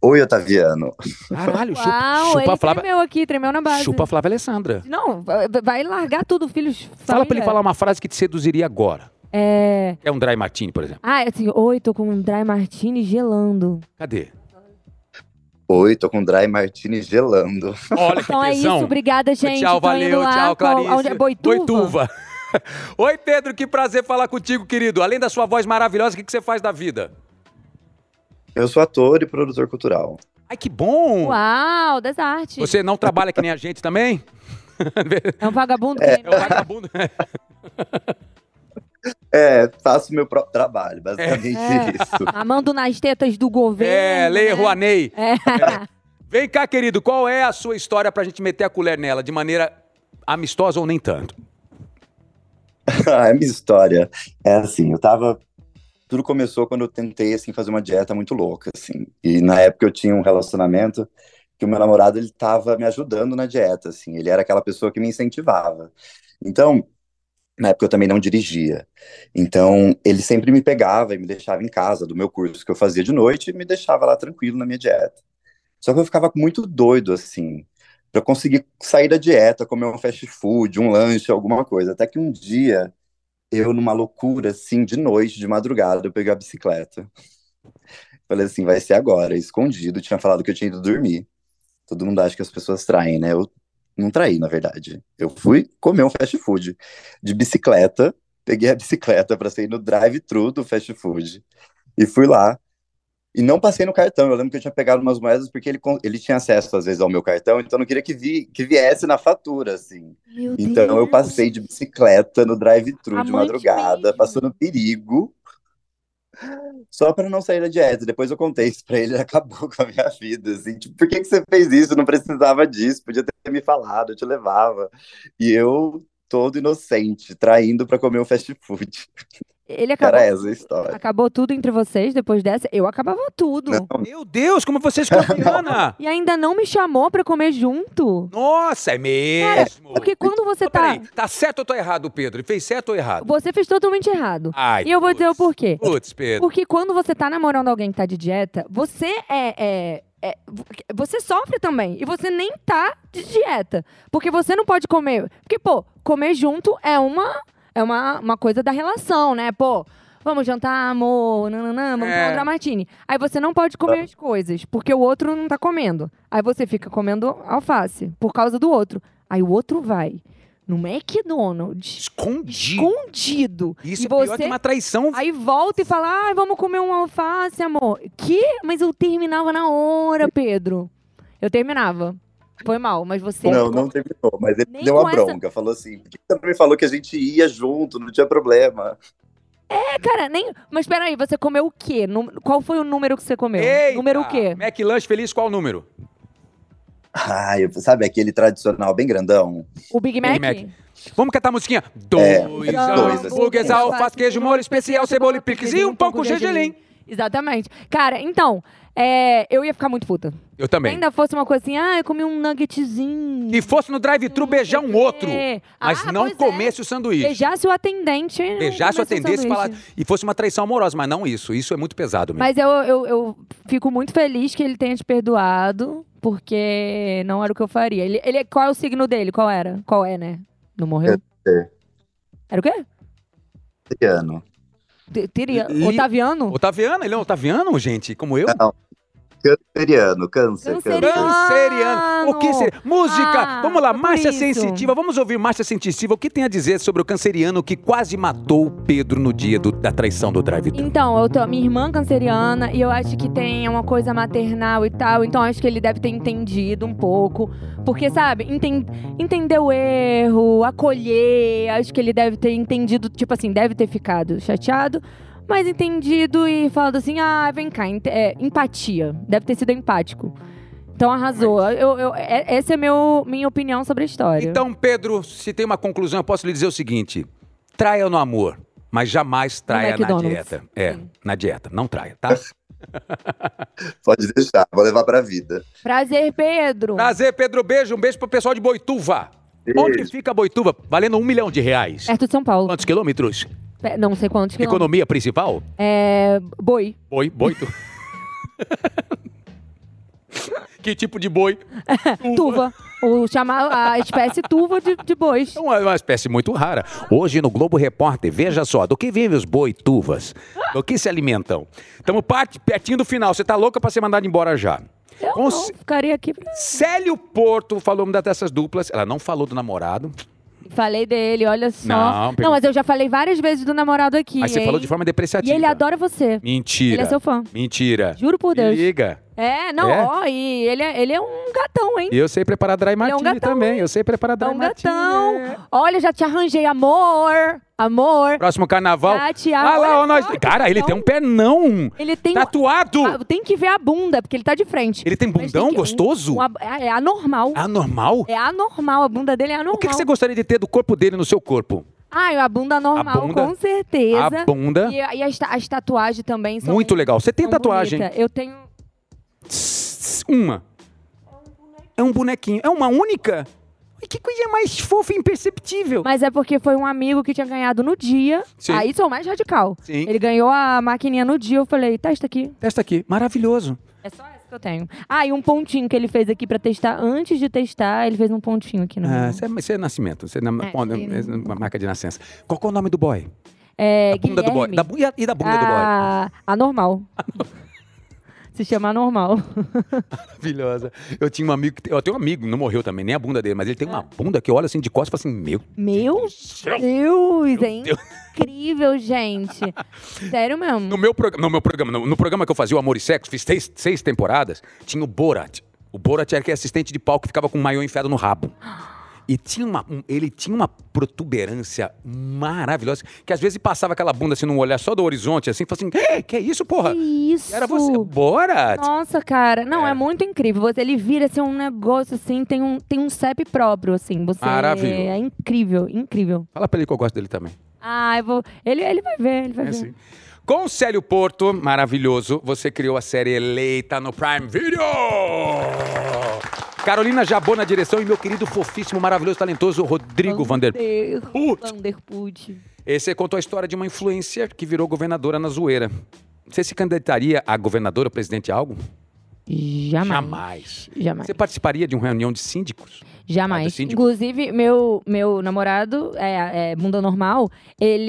Speaker 4: Oi, Otaviano.
Speaker 1: Caralho, chupa,
Speaker 2: Uau,
Speaker 1: chupa
Speaker 2: ele
Speaker 1: a Flávia.
Speaker 2: tremeu aqui, tremeu na base.
Speaker 1: Chupa a Flávia Alessandra.
Speaker 2: Não, vai- vai largar tudo, filhos.
Speaker 1: Fala pra
Speaker 2: família.
Speaker 1: ele falar uma frase que te seduziria agora.
Speaker 2: É...
Speaker 1: É um dry martini, por exemplo.
Speaker 2: Ah, é assim, oi, tô com um dry martini gelando.
Speaker 1: Cadê?
Speaker 4: Oi, tô com Dry Martini gelando.
Speaker 1: Olha que
Speaker 2: Então é
Speaker 1: tesão.
Speaker 2: isso, obrigada, gente.
Speaker 1: Tchau,
Speaker 2: Tô indo
Speaker 1: valeu,
Speaker 2: lá
Speaker 1: tchau,
Speaker 2: qual-
Speaker 1: Clarice.
Speaker 2: aonde é? Boituva?
Speaker 1: Boituva. <laughs> Oi, Pedro, que prazer falar contigo, querido. Além da sua voz maravilhosa, o que que você faz da vida?
Speaker 4: Eu sou ator e produtor cultural.
Speaker 1: Ai, que bom!
Speaker 2: Uau, das artes.
Speaker 1: Você não trabalha que nem a gente também? <laughs>
Speaker 2: É um vagabundo que nem
Speaker 1: É
Speaker 2: meu
Speaker 1: um
Speaker 2: pai.
Speaker 1: vagabundo.
Speaker 4: É, faço meu próprio trabalho, basicamente
Speaker 2: É.
Speaker 4: <laughs> isso.
Speaker 2: Amando nas tetas do governo.
Speaker 1: É, Lei
Speaker 2: né?
Speaker 1: Rouanet.
Speaker 2: É.
Speaker 1: Vem cá, querido, qual é a sua história pra gente meter a colher nela, de maneira amistosa ou nem tanto?
Speaker 4: <laughs> Ah, é minha história. É assim, eu tava. Tudo começou quando eu tentei assim fazer uma dieta muito louca, assim. E na época eu tinha um relacionamento que o meu namorado ele tava me ajudando na dieta, assim. Ele era aquela pessoa que me incentivava. Então, na época eu também não dirigia. Então, ele sempre me pegava e me deixava em casa do meu curso que eu fazia de noite e me deixava lá tranquilo na minha dieta. Só que eu ficava muito doido, assim, pra conseguir sair da dieta, comer um fast food, um lanche, alguma coisa. Até que um dia, eu, numa loucura, assim, de noite, de madrugada, eu peguei a bicicleta. Falei assim, vai ser agora, escondido. Tinha falado que eu tinha ido dormir. Todo mundo acha que as pessoas traem, né? Eu não traí, na verdade. Eu fui comer um fast food de bicicleta. Peguei a bicicleta pra sair no drive-thru do fast food. E fui lá. E não passei no cartão. Eu lembro que eu tinha pegado umas moedas porque ele, con- ele tinha acesso às vezes ao meu cartão, então eu não queria que, vi, que viesse na fatura, assim.
Speaker 2: Meu
Speaker 4: Então eu
Speaker 2: Deus.
Speaker 4: passei de bicicleta no drive-thru
Speaker 2: Amante
Speaker 4: de madrugada,
Speaker 2: mesmo.
Speaker 4: passando perigo, só para não sair da dieta. Depois eu contei isso pra ele, <laughs> ele acabou com a minha vida, assim, tipo, por que que você fez isso? Não precisava disso, podia ter me falado, eu te levava. E eu, todo inocente, traindo pra comer um fast food. <laughs>
Speaker 2: Ele acabou,
Speaker 4: Era essa a história.
Speaker 2: acabou tudo entre vocês depois dessa. Eu acabava tudo.
Speaker 1: Meu Deus, como você
Speaker 4: <laughs>
Speaker 1: é escorpiana!
Speaker 2: E ainda não me chamou pra comer junto.
Speaker 1: Nossa, é mesmo!
Speaker 2: Porque quando você
Speaker 1: Mas
Speaker 2: tá.
Speaker 1: peraí, tá certo ou tô errado, Pedro? Ele fez certo ou errado?
Speaker 2: Você fez totalmente errado.
Speaker 1: Ai,
Speaker 2: E eu vou dizer o
Speaker 1: putz.
Speaker 2: porquê.
Speaker 1: Putz, Pedro.
Speaker 2: Porque quando você tá namorando alguém que tá de dieta, você é. é- é- vo- você sofre também. E você nem tá de dieta. Porque você não pode comer. Porque, pô, comer junto é uma, é uma, uma coisa da relação, né? Pô, vamos jantar, amor, nananã, vamos
Speaker 1: É.
Speaker 2: tomar um dramatini. Aí você não pode comer as coisas, porque o outro não tá comendo. Aí você fica comendo alface por causa do outro. Aí o outro vai no McDonald's,
Speaker 1: Escondi.
Speaker 2: escondido.
Speaker 1: Isso
Speaker 2: e
Speaker 1: é pior
Speaker 2: você
Speaker 1: que uma traição.
Speaker 2: Aí volta e fala, ai, vamos comer um alface, amor. Que? Mas eu terminava na hora, Pedro. Eu terminava. Foi mal, mas você...
Speaker 4: Não, não terminou, mas ele
Speaker 2: Nem
Speaker 4: deu uma
Speaker 2: com essa-
Speaker 4: bronca, falou assim, por que você não me falou que a gente ia junto, não tinha problema?
Speaker 2: É, cara, nem... Mas peraí, você comeu o quê? Num- Qual foi o número que você comeu?
Speaker 1: Eita!
Speaker 2: Número o quê?
Speaker 1: McLanche feliz, qual o número?
Speaker 4: Ah, eu- sabe aquele tradicional bem grandão?
Speaker 2: O Big Mac? Ah,
Speaker 1: Mac. Vamos cantar a musiquinha? Dois,
Speaker 4: É,
Speaker 1: assim.
Speaker 4: dois assim.
Speaker 1: hambúrgueres,
Speaker 4: hambúrgueres,
Speaker 1: alface, queijo, molho especial, cebola e picles e um pão com gergelim.
Speaker 2: Exatamente. Cara, então, é, eu ia ficar muito puta.
Speaker 1: Eu
Speaker 2: Se
Speaker 1: também.
Speaker 2: ainda fosse uma coisa assim, ah, eu comi um nuggetzinho.
Speaker 1: E fosse no drive-thru beijar um outro,
Speaker 2: É.
Speaker 1: mas
Speaker 2: Ah,
Speaker 1: não
Speaker 2: pois é.
Speaker 1: comesse o sanduíche.
Speaker 2: Beijasse o atendente. não
Speaker 1: Beijar sua
Speaker 2: comesse um
Speaker 1: tendência e falar.
Speaker 2: sanduíche.
Speaker 1: E fosse uma traição amorosa, mas não isso. Isso é muito pesado mesmo.
Speaker 2: Mas eu, eu, eu fico muito feliz que ele tenha te perdoado, porque não era o que eu faria. Ele, ele, qual é o signo dele? Qual era? Qual é, né? Não morreu?
Speaker 4: É.
Speaker 2: Era o quê?
Speaker 4: Ano.
Speaker 2: Te- Teria.
Speaker 1: Li-
Speaker 2: Otaviano?
Speaker 1: Otaviano, ele é um Otaviano, gente, como eu?
Speaker 4: Canceriano, câncer,
Speaker 2: Canceriano.
Speaker 4: câncer.
Speaker 1: Canceriano. O que seria? Música.
Speaker 2: Ah,
Speaker 1: Vamos lá,
Speaker 2: foi por
Speaker 1: Márcia
Speaker 2: isso.
Speaker 1: Sensitiva. Vamos ouvir Márcia Sensitiva. O que tem a dizer sobre o canceriano que quase matou o Pedro no dia do- da traição do drive-thru?
Speaker 2: Então, eu tô, minha irmã é canceriana e eu acho que tem uma coisa maternal e tal, então acho que ele deve ter entendido um pouco. Porque, sabe, enten- entender o erro, acolher, acho que ele deve ter entendido, tipo assim, deve ter ficado chateado, mas entendido e falado assim: ah, vem cá, ent- é, empatia. Deve ter sido empático. Então arrasou. Eu, eu- é- essa é meu, minha opinião sobre a história.
Speaker 1: Então, Pedro, se tem uma conclusão, eu posso lhe dizer o seguinte: traia no amor, mas jamais traia na
Speaker 2: McDonald's.
Speaker 1: dieta. É,
Speaker 2: Sim.
Speaker 1: na dieta. Não traia, tá?
Speaker 4: Pode deixar, vou levar pra vida.
Speaker 2: Prazer, Pedro.
Speaker 1: Prazer, Pedro. Beijo. Um beijo pro pessoal de Boituva. Onde fica Boituva? Valendo um milhão de reais.
Speaker 2: Perto de São Paulo.
Speaker 1: Quantos quilômetros?
Speaker 2: Pe- Não sei quantos quilômetros.
Speaker 1: Economia principal?
Speaker 2: É. Boi.
Speaker 1: Boi, boi. Tu... <laughs> que tipo de boi?
Speaker 2: Tuva. O chama, a espécie tuva de, de bois.
Speaker 1: É uma, uma espécie muito rara. Hoje no Globo Repórter, veja só, do que vivem os boituvas? Do que se alimentam? Estamos pertinho do final. Você tá louca para ser mandado embora já.
Speaker 2: Eu
Speaker 1: Com
Speaker 2: não,
Speaker 1: C-
Speaker 2: ficaria aqui.
Speaker 1: Célio Porto falou uma dessas duplas. Ela não falou do namorado,
Speaker 2: Falei dele, olha só.
Speaker 1: Não, pergunta-
Speaker 2: mas eu já falei várias vezes do namorado aqui.
Speaker 1: mas você
Speaker 2: hein?
Speaker 1: falou de forma depreciativa.
Speaker 2: E ele adora você.
Speaker 1: Mentira.
Speaker 2: Ele é seu fã.
Speaker 1: Mentira.
Speaker 2: Juro por Deus.
Speaker 1: Liga.
Speaker 2: É, não,
Speaker 1: É?
Speaker 2: ó, e ele é, ele é um gatão, hein?
Speaker 1: E eu sei preparar dry martini
Speaker 2: é um gatão,
Speaker 1: também. Eu sei preparar
Speaker 2: É
Speaker 1: dry
Speaker 2: um
Speaker 1: martini.
Speaker 2: gatão.
Speaker 1: é.
Speaker 2: Olha, já te arranjei amor. Amor.
Speaker 1: Próximo carnaval.
Speaker 2: Ah, Thiago,
Speaker 1: ah lá,
Speaker 2: olha
Speaker 1: ó, nós.
Speaker 2: só,
Speaker 1: Cara, ele
Speaker 2: então.
Speaker 1: tem um pernão.
Speaker 2: Ele tem.
Speaker 1: Tatuado.
Speaker 2: Ah, tem que ver a bunda, porque ele tá de frente.
Speaker 1: Tá Ele tem
Speaker 2: Mas
Speaker 1: bundão
Speaker 2: que-
Speaker 1: gostoso?
Speaker 2: um- um ab- é, é anormal.
Speaker 1: Anormal?
Speaker 2: É anormal, a bunda dele é anormal.
Speaker 1: O que, que você gostaria de ter do corpo dele no seu corpo?
Speaker 2: Ai, a bunda normal,
Speaker 1: A bunda.
Speaker 2: com certeza.
Speaker 1: A bunda.
Speaker 2: E, é e as, ta- as tatuagens também são.
Speaker 1: Muito legal. Você tem
Speaker 2: são
Speaker 1: tatuagem?
Speaker 2: bonita. Eu tenho.
Speaker 1: Tss, Uma. É um bonequinho. É uma única? Ai, Que coisa mais fofa e imperceptível.
Speaker 2: Mas é porque foi um amigo que tinha ganhado no dia.
Speaker 1: Sim.
Speaker 2: Aí sou mais radical.
Speaker 1: Sim.
Speaker 2: Ele ganhou a maquininha no dia. Eu falei, testa aqui.
Speaker 1: Testa aqui. Maravilhoso.
Speaker 2: É só essa que eu tenho. Ah, e um pontinho que ele fez aqui pra testar. Antes de testar, ele fez um pontinho aqui no.
Speaker 1: Ah,
Speaker 2: meu.
Speaker 1: Você é, você é nascimento. Você é, na-
Speaker 2: É,
Speaker 1: pô, é
Speaker 2: ele-
Speaker 1: uma marca de nascença. Qual que é o nome do boy?
Speaker 2: É,
Speaker 1: da bunda do boy.
Speaker 2: Guilherme.
Speaker 1: Da bu- e a- e da bunda do boy?
Speaker 2: Ah,
Speaker 1: <laughs>
Speaker 2: Anormal. Se chama anormal.
Speaker 1: Maravilhosa. Eu tinha um amigo. que tem- Eu tenho um amigo, não morreu também, nem a bunda dele, mas ele tem
Speaker 2: Ah.
Speaker 1: uma bunda que eu olho assim de costas e falo assim: Meu
Speaker 2: Hum. Meu
Speaker 1: céu.
Speaker 2: Deus, é
Speaker 1: Deus. <laughs>
Speaker 2: incrível, gente. Sério mesmo.
Speaker 1: No meu, prog- no meu programa, no, no programa que eu fazia o Amor e Sexo, fiz seis, seis temporadas, tinha o Borat. O Borat era aquele assistente de palco que ficava com o maiô enfiado no rabo. E tinha uma, um- ele tinha uma protuberância maravilhosa, que às vezes passava aquela bunda assim, num olhar só do horizonte, assim, e falava assim, "Eh, que é isso, porra?
Speaker 2: Que isso?
Speaker 1: Era você, Borat?
Speaker 2: Nossa, cara. Não,
Speaker 1: É.
Speaker 2: é, muito incrível. Você, ele vira assim, um negócio assim, tem um, tem um CEP próprio, assim. Você
Speaker 1: Maravilhoso.
Speaker 2: é incrível, incrível.
Speaker 1: Fala pra ele que eu gosto dele também.
Speaker 2: Ah, eu vou. Ele, ele vai ver, ele vai
Speaker 1: É
Speaker 2: ver.
Speaker 1: assim. Com o Célio Porto, maravilhoso, você criou a série Eleita no Prime Video! Carolina Jabô na direção e meu querido, fofíssimo, maravilhoso, talentoso Rodrigo Vander Put.
Speaker 2: Vanderput.
Speaker 1: E Você contou a história de uma influencer que virou governadora na zoeira. Você se candidataria a governadora ou presidente a algo?
Speaker 2: Jamais.
Speaker 1: Jamais.
Speaker 2: Jamais.
Speaker 1: Você participaria de uma reunião de síndicos? Ah, do
Speaker 2: Jamais.
Speaker 1: síndico.
Speaker 2: Inclusive, meu, meu namorado, é, é bunda normal,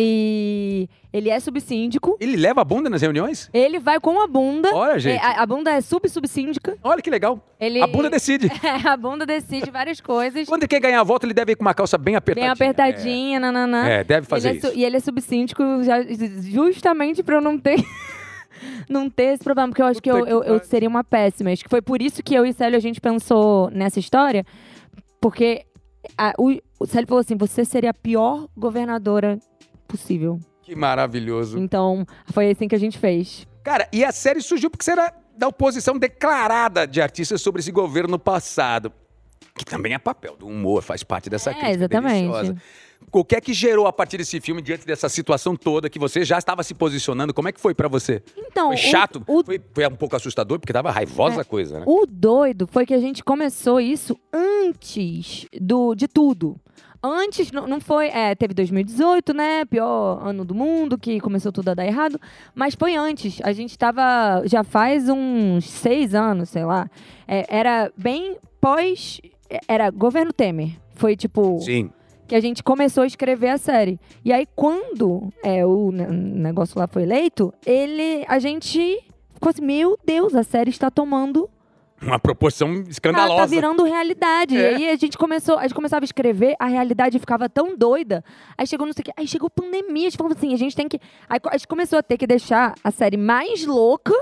Speaker 2: ele. Ele é subsíndico.
Speaker 1: Ele leva a bunda nas reuniões?
Speaker 2: Ele vai com a bunda.
Speaker 1: Olha, gente.
Speaker 2: É, a, a bunda é sub-subsíndica.
Speaker 1: Olha que legal.
Speaker 2: Ele-
Speaker 1: A
Speaker 2: <laughs>
Speaker 1: bunda decide.
Speaker 2: a bunda decide várias coisas.
Speaker 1: Quando ele quer ganhar a volta, ele deve ir com uma calça bem
Speaker 2: Bem
Speaker 1: apertadinha.
Speaker 2: apertadinha, nananã.
Speaker 1: É, deve fazer
Speaker 2: Ele é su-
Speaker 1: isso.
Speaker 2: E ele é subsíndico já- justamente pra eu não ter. <laughs> Não ter esse problema, porque eu acho que eu,
Speaker 1: Puta que
Speaker 2: eu- eu
Speaker 1: pariu.
Speaker 2: seria uma péssima. Acho que foi por isso que eu e Célio a gente pensou nessa história, porque a- o, o Célio falou assim: você seria a pior governadora possível.
Speaker 1: Que maravilhoso.
Speaker 2: Então, foi assim que a gente fez.
Speaker 1: Cara, e a série surgiu porque você era da oposição declarada de artistas sobre esse governo passado. Que também é papel do humor, faz parte dessa
Speaker 2: É,
Speaker 1: crítica
Speaker 2: exatamente.
Speaker 1: deliciosa. O que é que gerou a partir desse filme, diante dessa situação toda, que você já estava se posicionando? Como é que foi pra você?
Speaker 2: Então,
Speaker 1: foi
Speaker 2: o-
Speaker 1: chato?
Speaker 2: o É.
Speaker 1: Foi, foi um pouco assustador, porque tava raivosa a coisa, né?
Speaker 2: O doido foi que a gente começou isso antes do, de tudo. Antes, não, não foi. É, teve 2018, né? Pior ano do mundo, que começou tudo a dar errado. Mas foi antes. A gente tava. Já faz uns seis anos, sei lá. É, era bem pós. é, Era governo Temer. Foi tipo
Speaker 1: Sim.
Speaker 2: que a gente começou a escrever a série. E aí, quando é, o ne- negócio lá foi eleito, ele. A gente ficou assim, meu Deus, a série está tomando
Speaker 1: Uma proporção
Speaker 2: Cara,
Speaker 1: escandalosa.
Speaker 2: tá virando realidade.
Speaker 1: É.
Speaker 2: E aí a gente começou, a gente começava a escrever, a realidade ficava tão doida. Aí chegou não sei o quê, aí chegou pandemia, a gente falou assim, a gente tem que. Aí co- a gente começou a ter que deixar a série mais louca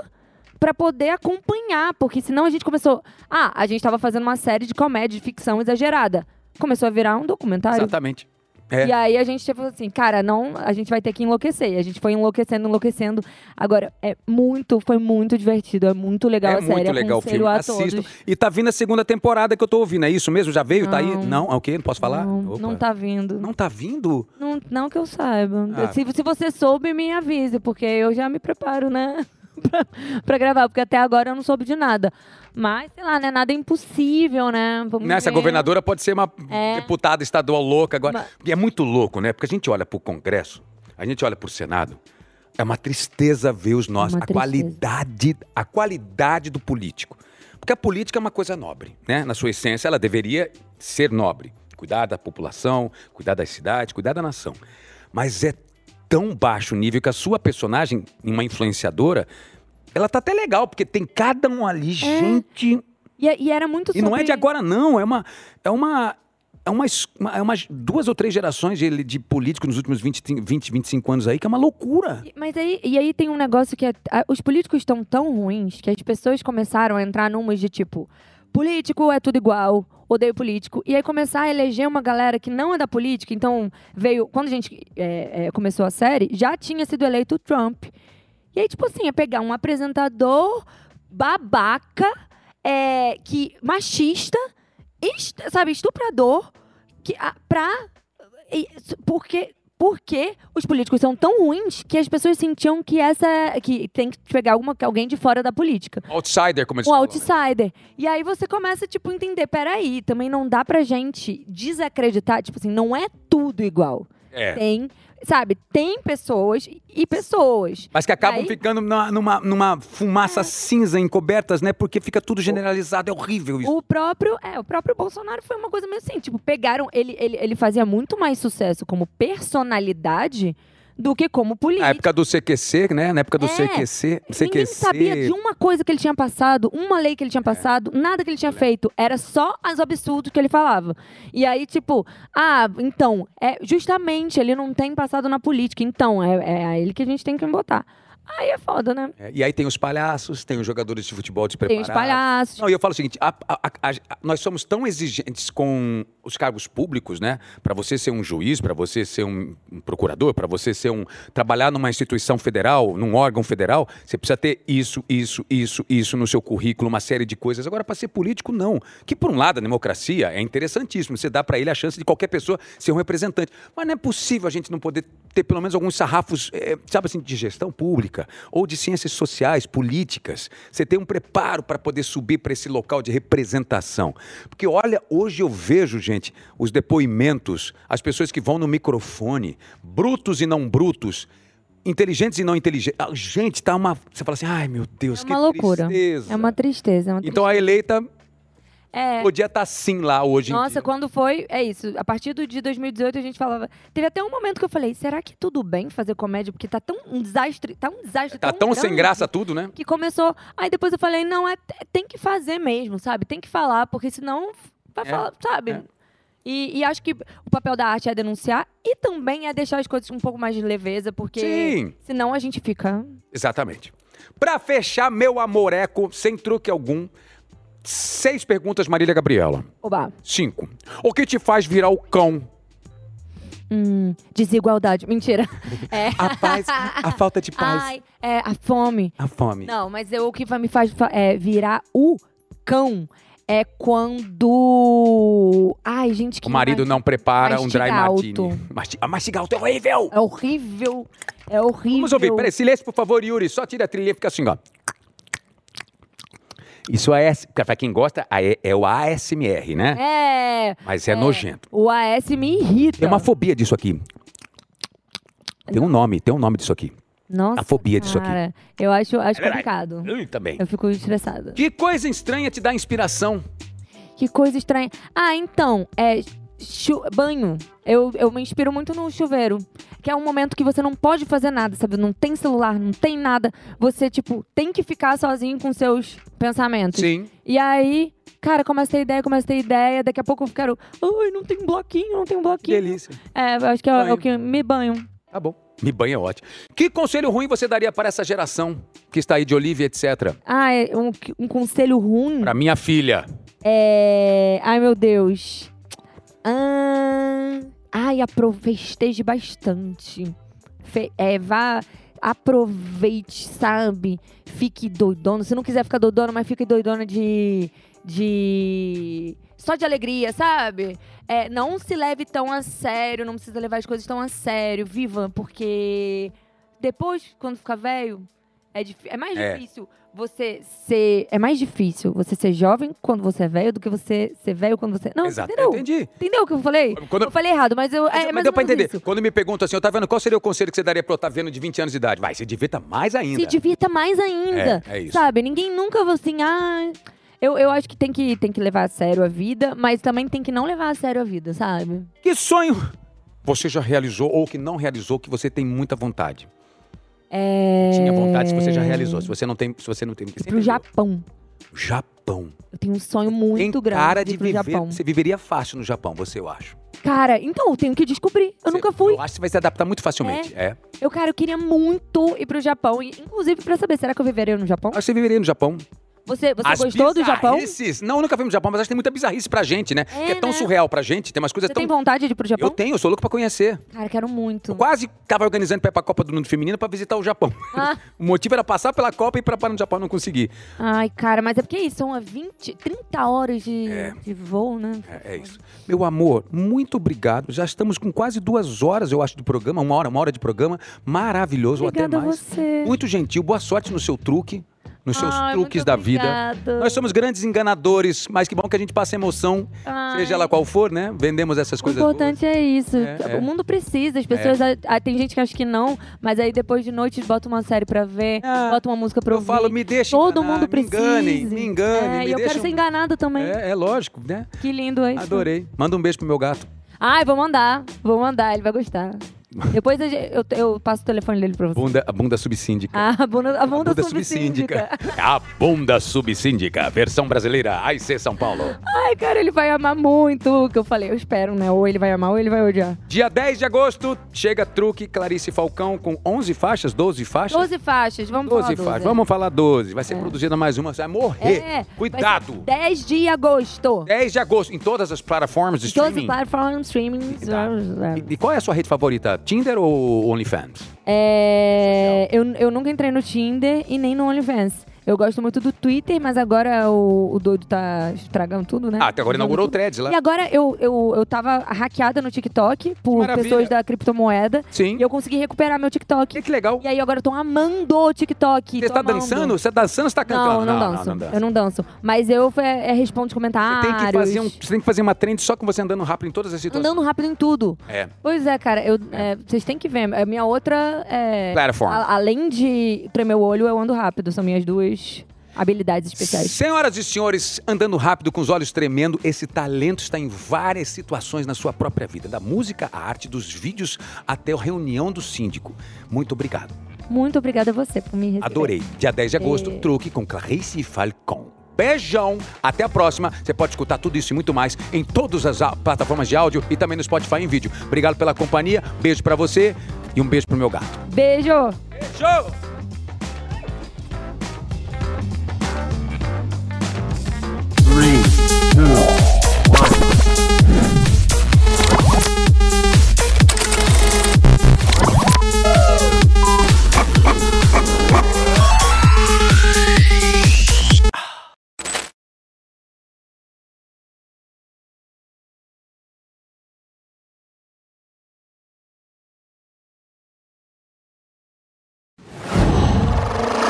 Speaker 2: pra poder acompanhar, porque senão a gente começou. Ah, a gente tava fazendo uma série de comédia de ficção exagerada. Começou a virar um documentário.
Speaker 1: Exatamente. É.
Speaker 2: E aí a gente falou assim, cara, não, a gente vai ter que enlouquecer. E a gente foi enlouquecendo, enlouquecendo. Agora, é muito, foi muito divertido, é muito legal
Speaker 1: é
Speaker 2: a série.
Speaker 1: muito legal o filme.
Speaker 2: aconselho a todos.
Speaker 1: Assisto. E tá vindo a segunda temporada que eu tô ouvindo. É isso mesmo? Já veio? Tá aí?
Speaker 2: Não.
Speaker 1: Não? É o quê? Não posso falar?
Speaker 2: Não,
Speaker 1: Opa.
Speaker 2: não tá vindo. Não,
Speaker 1: Não tá vindo?
Speaker 2: não, que eu saiba.
Speaker 1: Ah.
Speaker 2: Se, se você soube, me avise, porque eu já me preparo, né? <laughs> pra, pra gravar, porque até agora eu não soube de nada. Mas, sei lá, né? Nada é impossível, né? Vamos
Speaker 1: Nessa
Speaker 2: ver.
Speaker 1: governadora pode ser uma
Speaker 2: É.
Speaker 1: deputada estadual louca agora.
Speaker 2: Ma-
Speaker 1: E é muito louco, né? Porque a gente olha pro Congresso, a gente olha pro Senado. É uma tristeza ver os nossos,
Speaker 2: Uma
Speaker 1: a
Speaker 2: tristeza.
Speaker 1: qualidade, a qualidade do político. Porque a política é uma coisa nobre, né? Na sua essência, ela deveria ser nobre. Cuidar da população, cuidar das cidades, cuidar da nação. Mas é tão baixo o nível que a sua personagem, uma influenciadora, ela tá até legal, porque tem cada um ali,
Speaker 2: É.
Speaker 1: gente.
Speaker 2: E, e era muito
Speaker 1: E não é
Speaker 2: sobre-
Speaker 1: de agora, não. É uma. É uma. É umas, uma- é umas duas ou três gerações de, de políticos nos últimos 20, 20, 25 anos aí, que é uma loucura.
Speaker 2: E- Mas aí, e aí tem um negócio que é, a- os políticos estão tão ruins que as pessoas começaram a entrar numas de tipo, político é tudo igual, odeio político. E aí começar a eleger uma galera que não é da política. Então, veio. Quando a gente é, é, começou a série, já tinha sido eleito o Trump. E aí, tipo assim, é pegar um apresentador babaca, é, que machista, est- sabe, estuprador, que, a- pra. e- Porque, porque os políticos são tão ruins que as pessoas sentiam que essa. que tem que pegar alguma, alguém de fora da política.
Speaker 1: Outsider, como eles
Speaker 2: Um
Speaker 1: falam, né?
Speaker 2: outsider. E aí você começa, tipo, a entender, peraí, também não dá pra gente desacreditar, tipo assim, não é tudo igual.
Speaker 1: É.
Speaker 2: Tem, sabe, tem pessoas e pessoas.
Speaker 1: Mas que acabam
Speaker 2: Aí-
Speaker 1: ficando na- numa, numa fumaça
Speaker 2: Ah.
Speaker 1: cinza encobertas, né? Porque fica tudo generalizado. É horrível isso.
Speaker 2: O próprio, é, o próprio Bolsonaro foi uma coisa meio assim, tipo, pegaram, ele, ele, ele fazia muito mais sucesso como personalidade do que como político.
Speaker 1: Na época do CQC, né? Na época do
Speaker 2: É.
Speaker 1: CQC. CQC.
Speaker 2: Ninguém sabia de um uma coisa que ele tinha passado, uma lei que ele
Speaker 1: É.
Speaker 2: tinha passado, nada que ele tinha feito. Era só os absurdos que ele falava. E aí, tipo, ah, então, é justamente ele não tem passado na política, então é, é a ele que a gente tem que votar. Aí é foda, né?
Speaker 1: É, E aí tem os palhaços, tem os jogadores de futebol
Speaker 2: Tem os
Speaker 1: despreparados.
Speaker 2: palhaços.
Speaker 1: Não, e eu falo o seguinte: a- a- a- a- nós somos tão exigentes com os cargos públicos, né? Para você ser um juiz, para você ser um, um procurador, para você ser um trabalhar numa instituição federal, num órgão federal, você precisa ter isso, isso, isso, isso no seu currículo, uma série de coisas. Agora, para ser político, não. Que por um lado, a democracia é interessantíssimo. Você dá para ele a chance de qualquer pessoa ser um representante. Mas não é possível a gente não poder ter pelo menos alguns sarrafos, eh, sabe assim, de gestão pública ou de ciências sociais, políticas. Você tem um preparo para poder subir para esse local de representação. Porque olha, hoje eu vejo, gente, os depoimentos, as pessoas que vão no microfone, brutos e não brutos, inteligentes e não inteligentes. Ah, Gente, tá uma. Você fala assim, ai meu Deus,
Speaker 2: É
Speaker 1: que
Speaker 2: uma loucura.
Speaker 1: tristeza.
Speaker 2: É uma tristeza. É uma
Speaker 1: Então a eleita
Speaker 2: É.
Speaker 1: podia estar sim lá hoje em
Speaker 2: Nossa,
Speaker 1: dia.
Speaker 2: quando foi, é isso. A partir do de 2018 a gente falava. Teve até um momento que eu falei: será que é tudo bem fazer comédia? Porque tá tão um desastre, tá um desastre.
Speaker 1: Tá tão sem
Speaker 2: grande
Speaker 1: graça tudo, né?
Speaker 2: Que começou. Aí depois eu falei: não, é, tem que fazer mesmo, sabe? Tem que falar, porque senão vai
Speaker 1: É,
Speaker 2: falar, sabe?
Speaker 1: é.
Speaker 2: E, e acho que o papel da arte é denunciar e também é deixar as coisas com um pouco mais de leveza, porque
Speaker 1: Sim.
Speaker 2: senão a gente fica.
Speaker 1: Exatamente. Pra fechar, meu amoreco, sem truque algum, seis perguntas, Marília Gabriela.
Speaker 2: Oba.
Speaker 1: Cinco. O que te faz virar o cão?
Speaker 2: Hum, desigualdade. Mentira. É.
Speaker 1: A paz, a falta de paz,
Speaker 2: Ai, é, a fome.
Speaker 1: a fome.
Speaker 2: Não, mas eu, o que vai me faz fa- é, virar o cão é quando. Ai, gente, que.
Speaker 1: o marido
Speaker 2: mais-
Speaker 1: não prepara um dry
Speaker 2: Mastigar
Speaker 1: martini.
Speaker 2: alto.
Speaker 1: Masti- Ah, mastigar alto é horrível!
Speaker 2: É horrível. É horrível.
Speaker 1: Vamos ouvir. Peraí, silêncio, por favor, Yuri. Só tira a trilha e fica assim, ó. Isso é... Pra quem gosta, é, é o ASMR, né?
Speaker 2: É.
Speaker 1: Mas é nojento.
Speaker 2: O AS me irrita.
Speaker 1: Tem uma fobia disso aqui. Tem um nome, tem um nome disso aqui.
Speaker 2: Nossa,
Speaker 1: a fobia disso aqui.
Speaker 2: cara, Eu acho,
Speaker 1: É
Speaker 2: acho complicado.
Speaker 1: Eu também.
Speaker 2: Eu fico estressada.
Speaker 1: Que coisa estranha te dá inspiração?
Speaker 2: Que coisa estranha. Ah, então, é chu- banho. Eu, eu me inspiro muito no chuveiro, que é um momento que você não pode fazer nada, sabe? Não tem celular, não tem nada. Você, tipo, tem que ficar sozinho com seus pensamentos.
Speaker 1: Sim.
Speaker 2: E aí, cara, começa a ter ideia, começa a ter ideia. Daqui a pouco eu quero. Ai, não tem bloquinho, não tem
Speaker 1: Que
Speaker 2: bloquinho.
Speaker 1: delícia.
Speaker 2: É, eu acho que é, o- é
Speaker 1: Banho.
Speaker 2: o que me banho.
Speaker 1: Tá bom. Me banha é ótimo. Que conselho ruim você daria para essa geração que está aí de Olivia, etc?
Speaker 2: Ah, é um, um conselho ruim.
Speaker 1: Para minha filha.
Speaker 2: É. Ai, meu Deus. Ahn, Ai, aproveite bastante. Fe- É, vá. Aproveite, sabe? Fique doidona. Se não quiser ficar doidona, mas fique doidona de. de. Só de alegria, sabe? É, não se leve tão a sério, não precisa levar as coisas tão a sério. Viva, porque depois, quando ficar velho, é, difí- é mais
Speaker 1: É.
Speaker 2: difícil você ser. É mais difícil você ser jovem quando você é velho do que você ser velho quando você. Não,
Speaker 1: Exato.
Speaker 2: entendeu?
Speaker 1: Entendi.
Speaker 2: Entendeu o que eu falei?
Speaker 1: Quando-
Speaker 2: Eu falei errado, mas eu.
Speaker 1: Mas,
Speaker 2: é,
Speaker 1: mas
Speaker 2: mais
Speaker 1: deu
Speaker 2: ou
Speaker 1: pra
Speaker 2: menos
Speaker 1: entender.
Speaker 2: isso.
Speaker 1: Quando me perguntam assim, Otaviano, qual seria o conselho que você daria pro Otaviano de 20 anos de idade? Vai, se divirta mais ainda.
Speaker 2: Se divirta mais ainda.
Speaker 1: É, é isso.
Speaker 2: Sabe? Ninguém nunca vai assim, ah. Eu, eu acho que tem, que tem que levar a sério a vida, mas também tem que não levar a sério a vida, sabe?
Speaker 1: Que sonho você já realizou ou que não realizou que você tem muita vontade?
Speaker 2: É...
Speaker 1: Tinha vontade se você já realizou. Se você não tem, se você não tem, você
Speaker 2: Pro
Speaker 1: entendeu?
Speaker 2: Japão.
Speaker 1: Japão.
Speaker 2: Eu tenho um sonho muito
Speaker 1: tem
Speaker 2: grande
Speaker 1: cara de
Speaker 2: pro
Speaker 1: viver,
Speaker 2: Japão.
Speaker 1: você viveria fácil no Japão, você eu acho.
Speaker 2: Cara, então, eu tenho que descobrir.
Speaker 1: Você-
Speaker 2: Eu nunca fui.
Speaker 1: Eu acho que você vai se adaptar muito facilmente. É.
Speaker 2: Eu, cara, eu queria muito ir pro Japão. e, Inclusive, pra saber, será que eu viveria no Japão?
Speaker 1: Acho que você viveria no Japão.
Speaker 2: Você, você
Speaker 1: As
Speaker 2: gostou do Japão? Você
Speaker 1: bizarrices- Não, eu nunca fui no Japão, mas acho que tem muita bizarrice pra gente, né?
Speaker 2: É,
Speaker 1: que é tão
Speaker 2: né?
Speaker 1: surreal pra gente, tem umas coisas tão.
Speaker 2: tem vontade de ir pro
Speaker 1: eu
Speaker 2: Japão?
Speaker 1: tenho, eu sou louco pra conhecer.
Speaker 2: Cara, quero muito.
Speaker 1: Eu quase tava organizando pra ir pra Copa do Mundo Feminino pra visitar o Japão.
Speaker 2: Ah.
Speaker 1: <laughs> O motivo era passar pela Copa e ir pra parar no Japão não consegui.
Speaker 2: Ai, cara, mas é porque é isso, são 20, 30 horas de, de voo, né?
Speaker 1: É, é isso. Meu amor, muito obrigado. Já estamos com quase duas horas, eu acho, do programa. Uma hora, uma hora de programa. Maravilhoso,
Speaker 2: Obrigada
Speaker 1: ou
Speaker 2: a
Speaker 1: até mais.
Speaker 2: você.
Speaker 1: Muito gentil. Boa sorte no seu truque, nos seus
Speaker 2: Ai,
Speaker 1: truques
Speaker 2: muito
Speaker 1: da vida.
Speaker 2: obrigada.
Speaker 1: Nós somos grandes enganadores, mas que bom que a gente passa emoção,
Speaker 2: Ai,
Speaker 1: seja ela qual for, né? Vendemos essas
Speaker 2: Ah, O
Speaker 1: coisas
Speaker 2: importante é isso.
Speaker 1: É, é.
Speaker 2: O mundo precisa, as pessoas. ah, tem gente que acha que não, mas aí depois de noite bota uma série pra ver,
Speaker 1: Ah,
Speaker 2: bota uma música pra
Speaker 1: boas. Eu
Speaker 2: ouvir.
Speaker 1: falo, me deixa
Speaker 2: Todo
Speaker 1: enganar,
Speaker 2: mundo precisa.
Speaker 1: Me engane, me engane.
Speaker 2: É,
Speaker 1: me
Speaker 2: e eu
Speaker 1: deixa... um
Speaker 2: quero ser enganada também.
Speaker 1: É, é lógico, né?
Speaker 2: Que lindo, hein?
Speaker 1: Adorei. Manda um beijo pro meu gato.
Speaker 2: Ai, vou mandar. Vou mandar, ele vai gostar. Depois eu, eu- eu passo o telefone dele pra você.
Speaker 1: Bunda, a bunda subsíndica.
Speaker 2: Ah, a bunda, a bunda,
Speaker 1: Bunda
Speaker 2: subsíndica.
Speaker 1: <laughs> A bunda subsíndica, versão brasileira, AIC São Paulo.
Speaker 2: Ai, cara, ele vai amar muito o que eu falei. Eu espero, né? Ou ele vai amar ou ele vai odiar.
Speaker 1: Dia 10 de agosto, chega Truque Clarice Falcão com 11 faixas, 12 faixas.
Speaker 2: 12 faixas, vamos
Speaker 1: 12
Speaker 2: falar
Speaker 1: faixas, vamos falar 12. Vai ser produzida mais uma, você vai morrer.
Speaker 2: É,
Speaker 1: Cuidado!
Speaker 2: 10 de agosto.
Speaker 1: 10 de agosto, em todas as plataformas de
Speaker 2: 12
Speaker 1: streaming.
Speaker 2: plataformas streaming.
Speaker 1: Tá. E, e qual é a sua rede favorita? Tinder ou OnlyFans?
Speaker 2: É, eu, eu nunca entrei no Tinder e nem no OnlyFans. Eu gosto muito do Twitter, mas agora o, o doido tá estragando tudo, né?
Speaker 1: Ah, até agora
Speaker 2: Jogando
Speaker 1: inaugurou o
Speaker 2: tudo.
Speaker 1: Threads lá.
Speaker 2: E agora eu, eu, eu tava hackeada no TikTok por
Speaker 1: Maravilha.
Speaker 2: pessoas da criptomoeda.
Speaker 1: Sim.
Speaker 2: E eu consegui recuperar meu TikTok.
Speaker 1: Que, que legal.
Speaker 2: E aí agora eu tô amando o TikTok.
Speaker 1: Você
Speaker 2: tô
Speaker 1: tá
Speaker 2: amando.
Speaker 1: dançando? Você tá dançando ou você tá
Speaker 2: Não,
Speaker 1: cantando?
Speaker 2: eu não, danço. Eu não danço. Mas eu é, é, respondo
Speaker 1: Você
Speaker 2: comentários.
Speaker 1: tem, que fazer um, você tem que fazer uma trend só com você andando rápido em todas as situações.
Speaker 2: Andando rápido em tudo.
Speaker 1: É.
Speaker 2: Pois é, cara, eu- é, vocês têm que ver. A minha outra é.
Speaker 1: Platform.
Speaker 2: a- além de tremer o olho, eu ando rápido. São minhas duas habilidades especiais.
Speaker 1: Senhoras e senhores, andando rápido, com os olhos tremendo, esse talento está em várias situações na sua própria vida, da música à arte, dos vídeos até a reunião do síndico. Muito obrigado.
Speaker 2: Muito obrigada a você por me receber.
Speaker 1: Adorei. Dia 10 de agosto,
Speaker 2: É.
Speaker 1: truque com Clarice Falcon. Beijão, até a próxima. Você pode escutar tudo isso e muito mais em todas as a- plataformas de áudio e também no Spotify em vídeo. Obrigado pela companhia, beijo pra você e um beijo pro meu gato.
Speaker 2: Beijo!
Speaker 1: Beijo!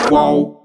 Speaker 5: Qual?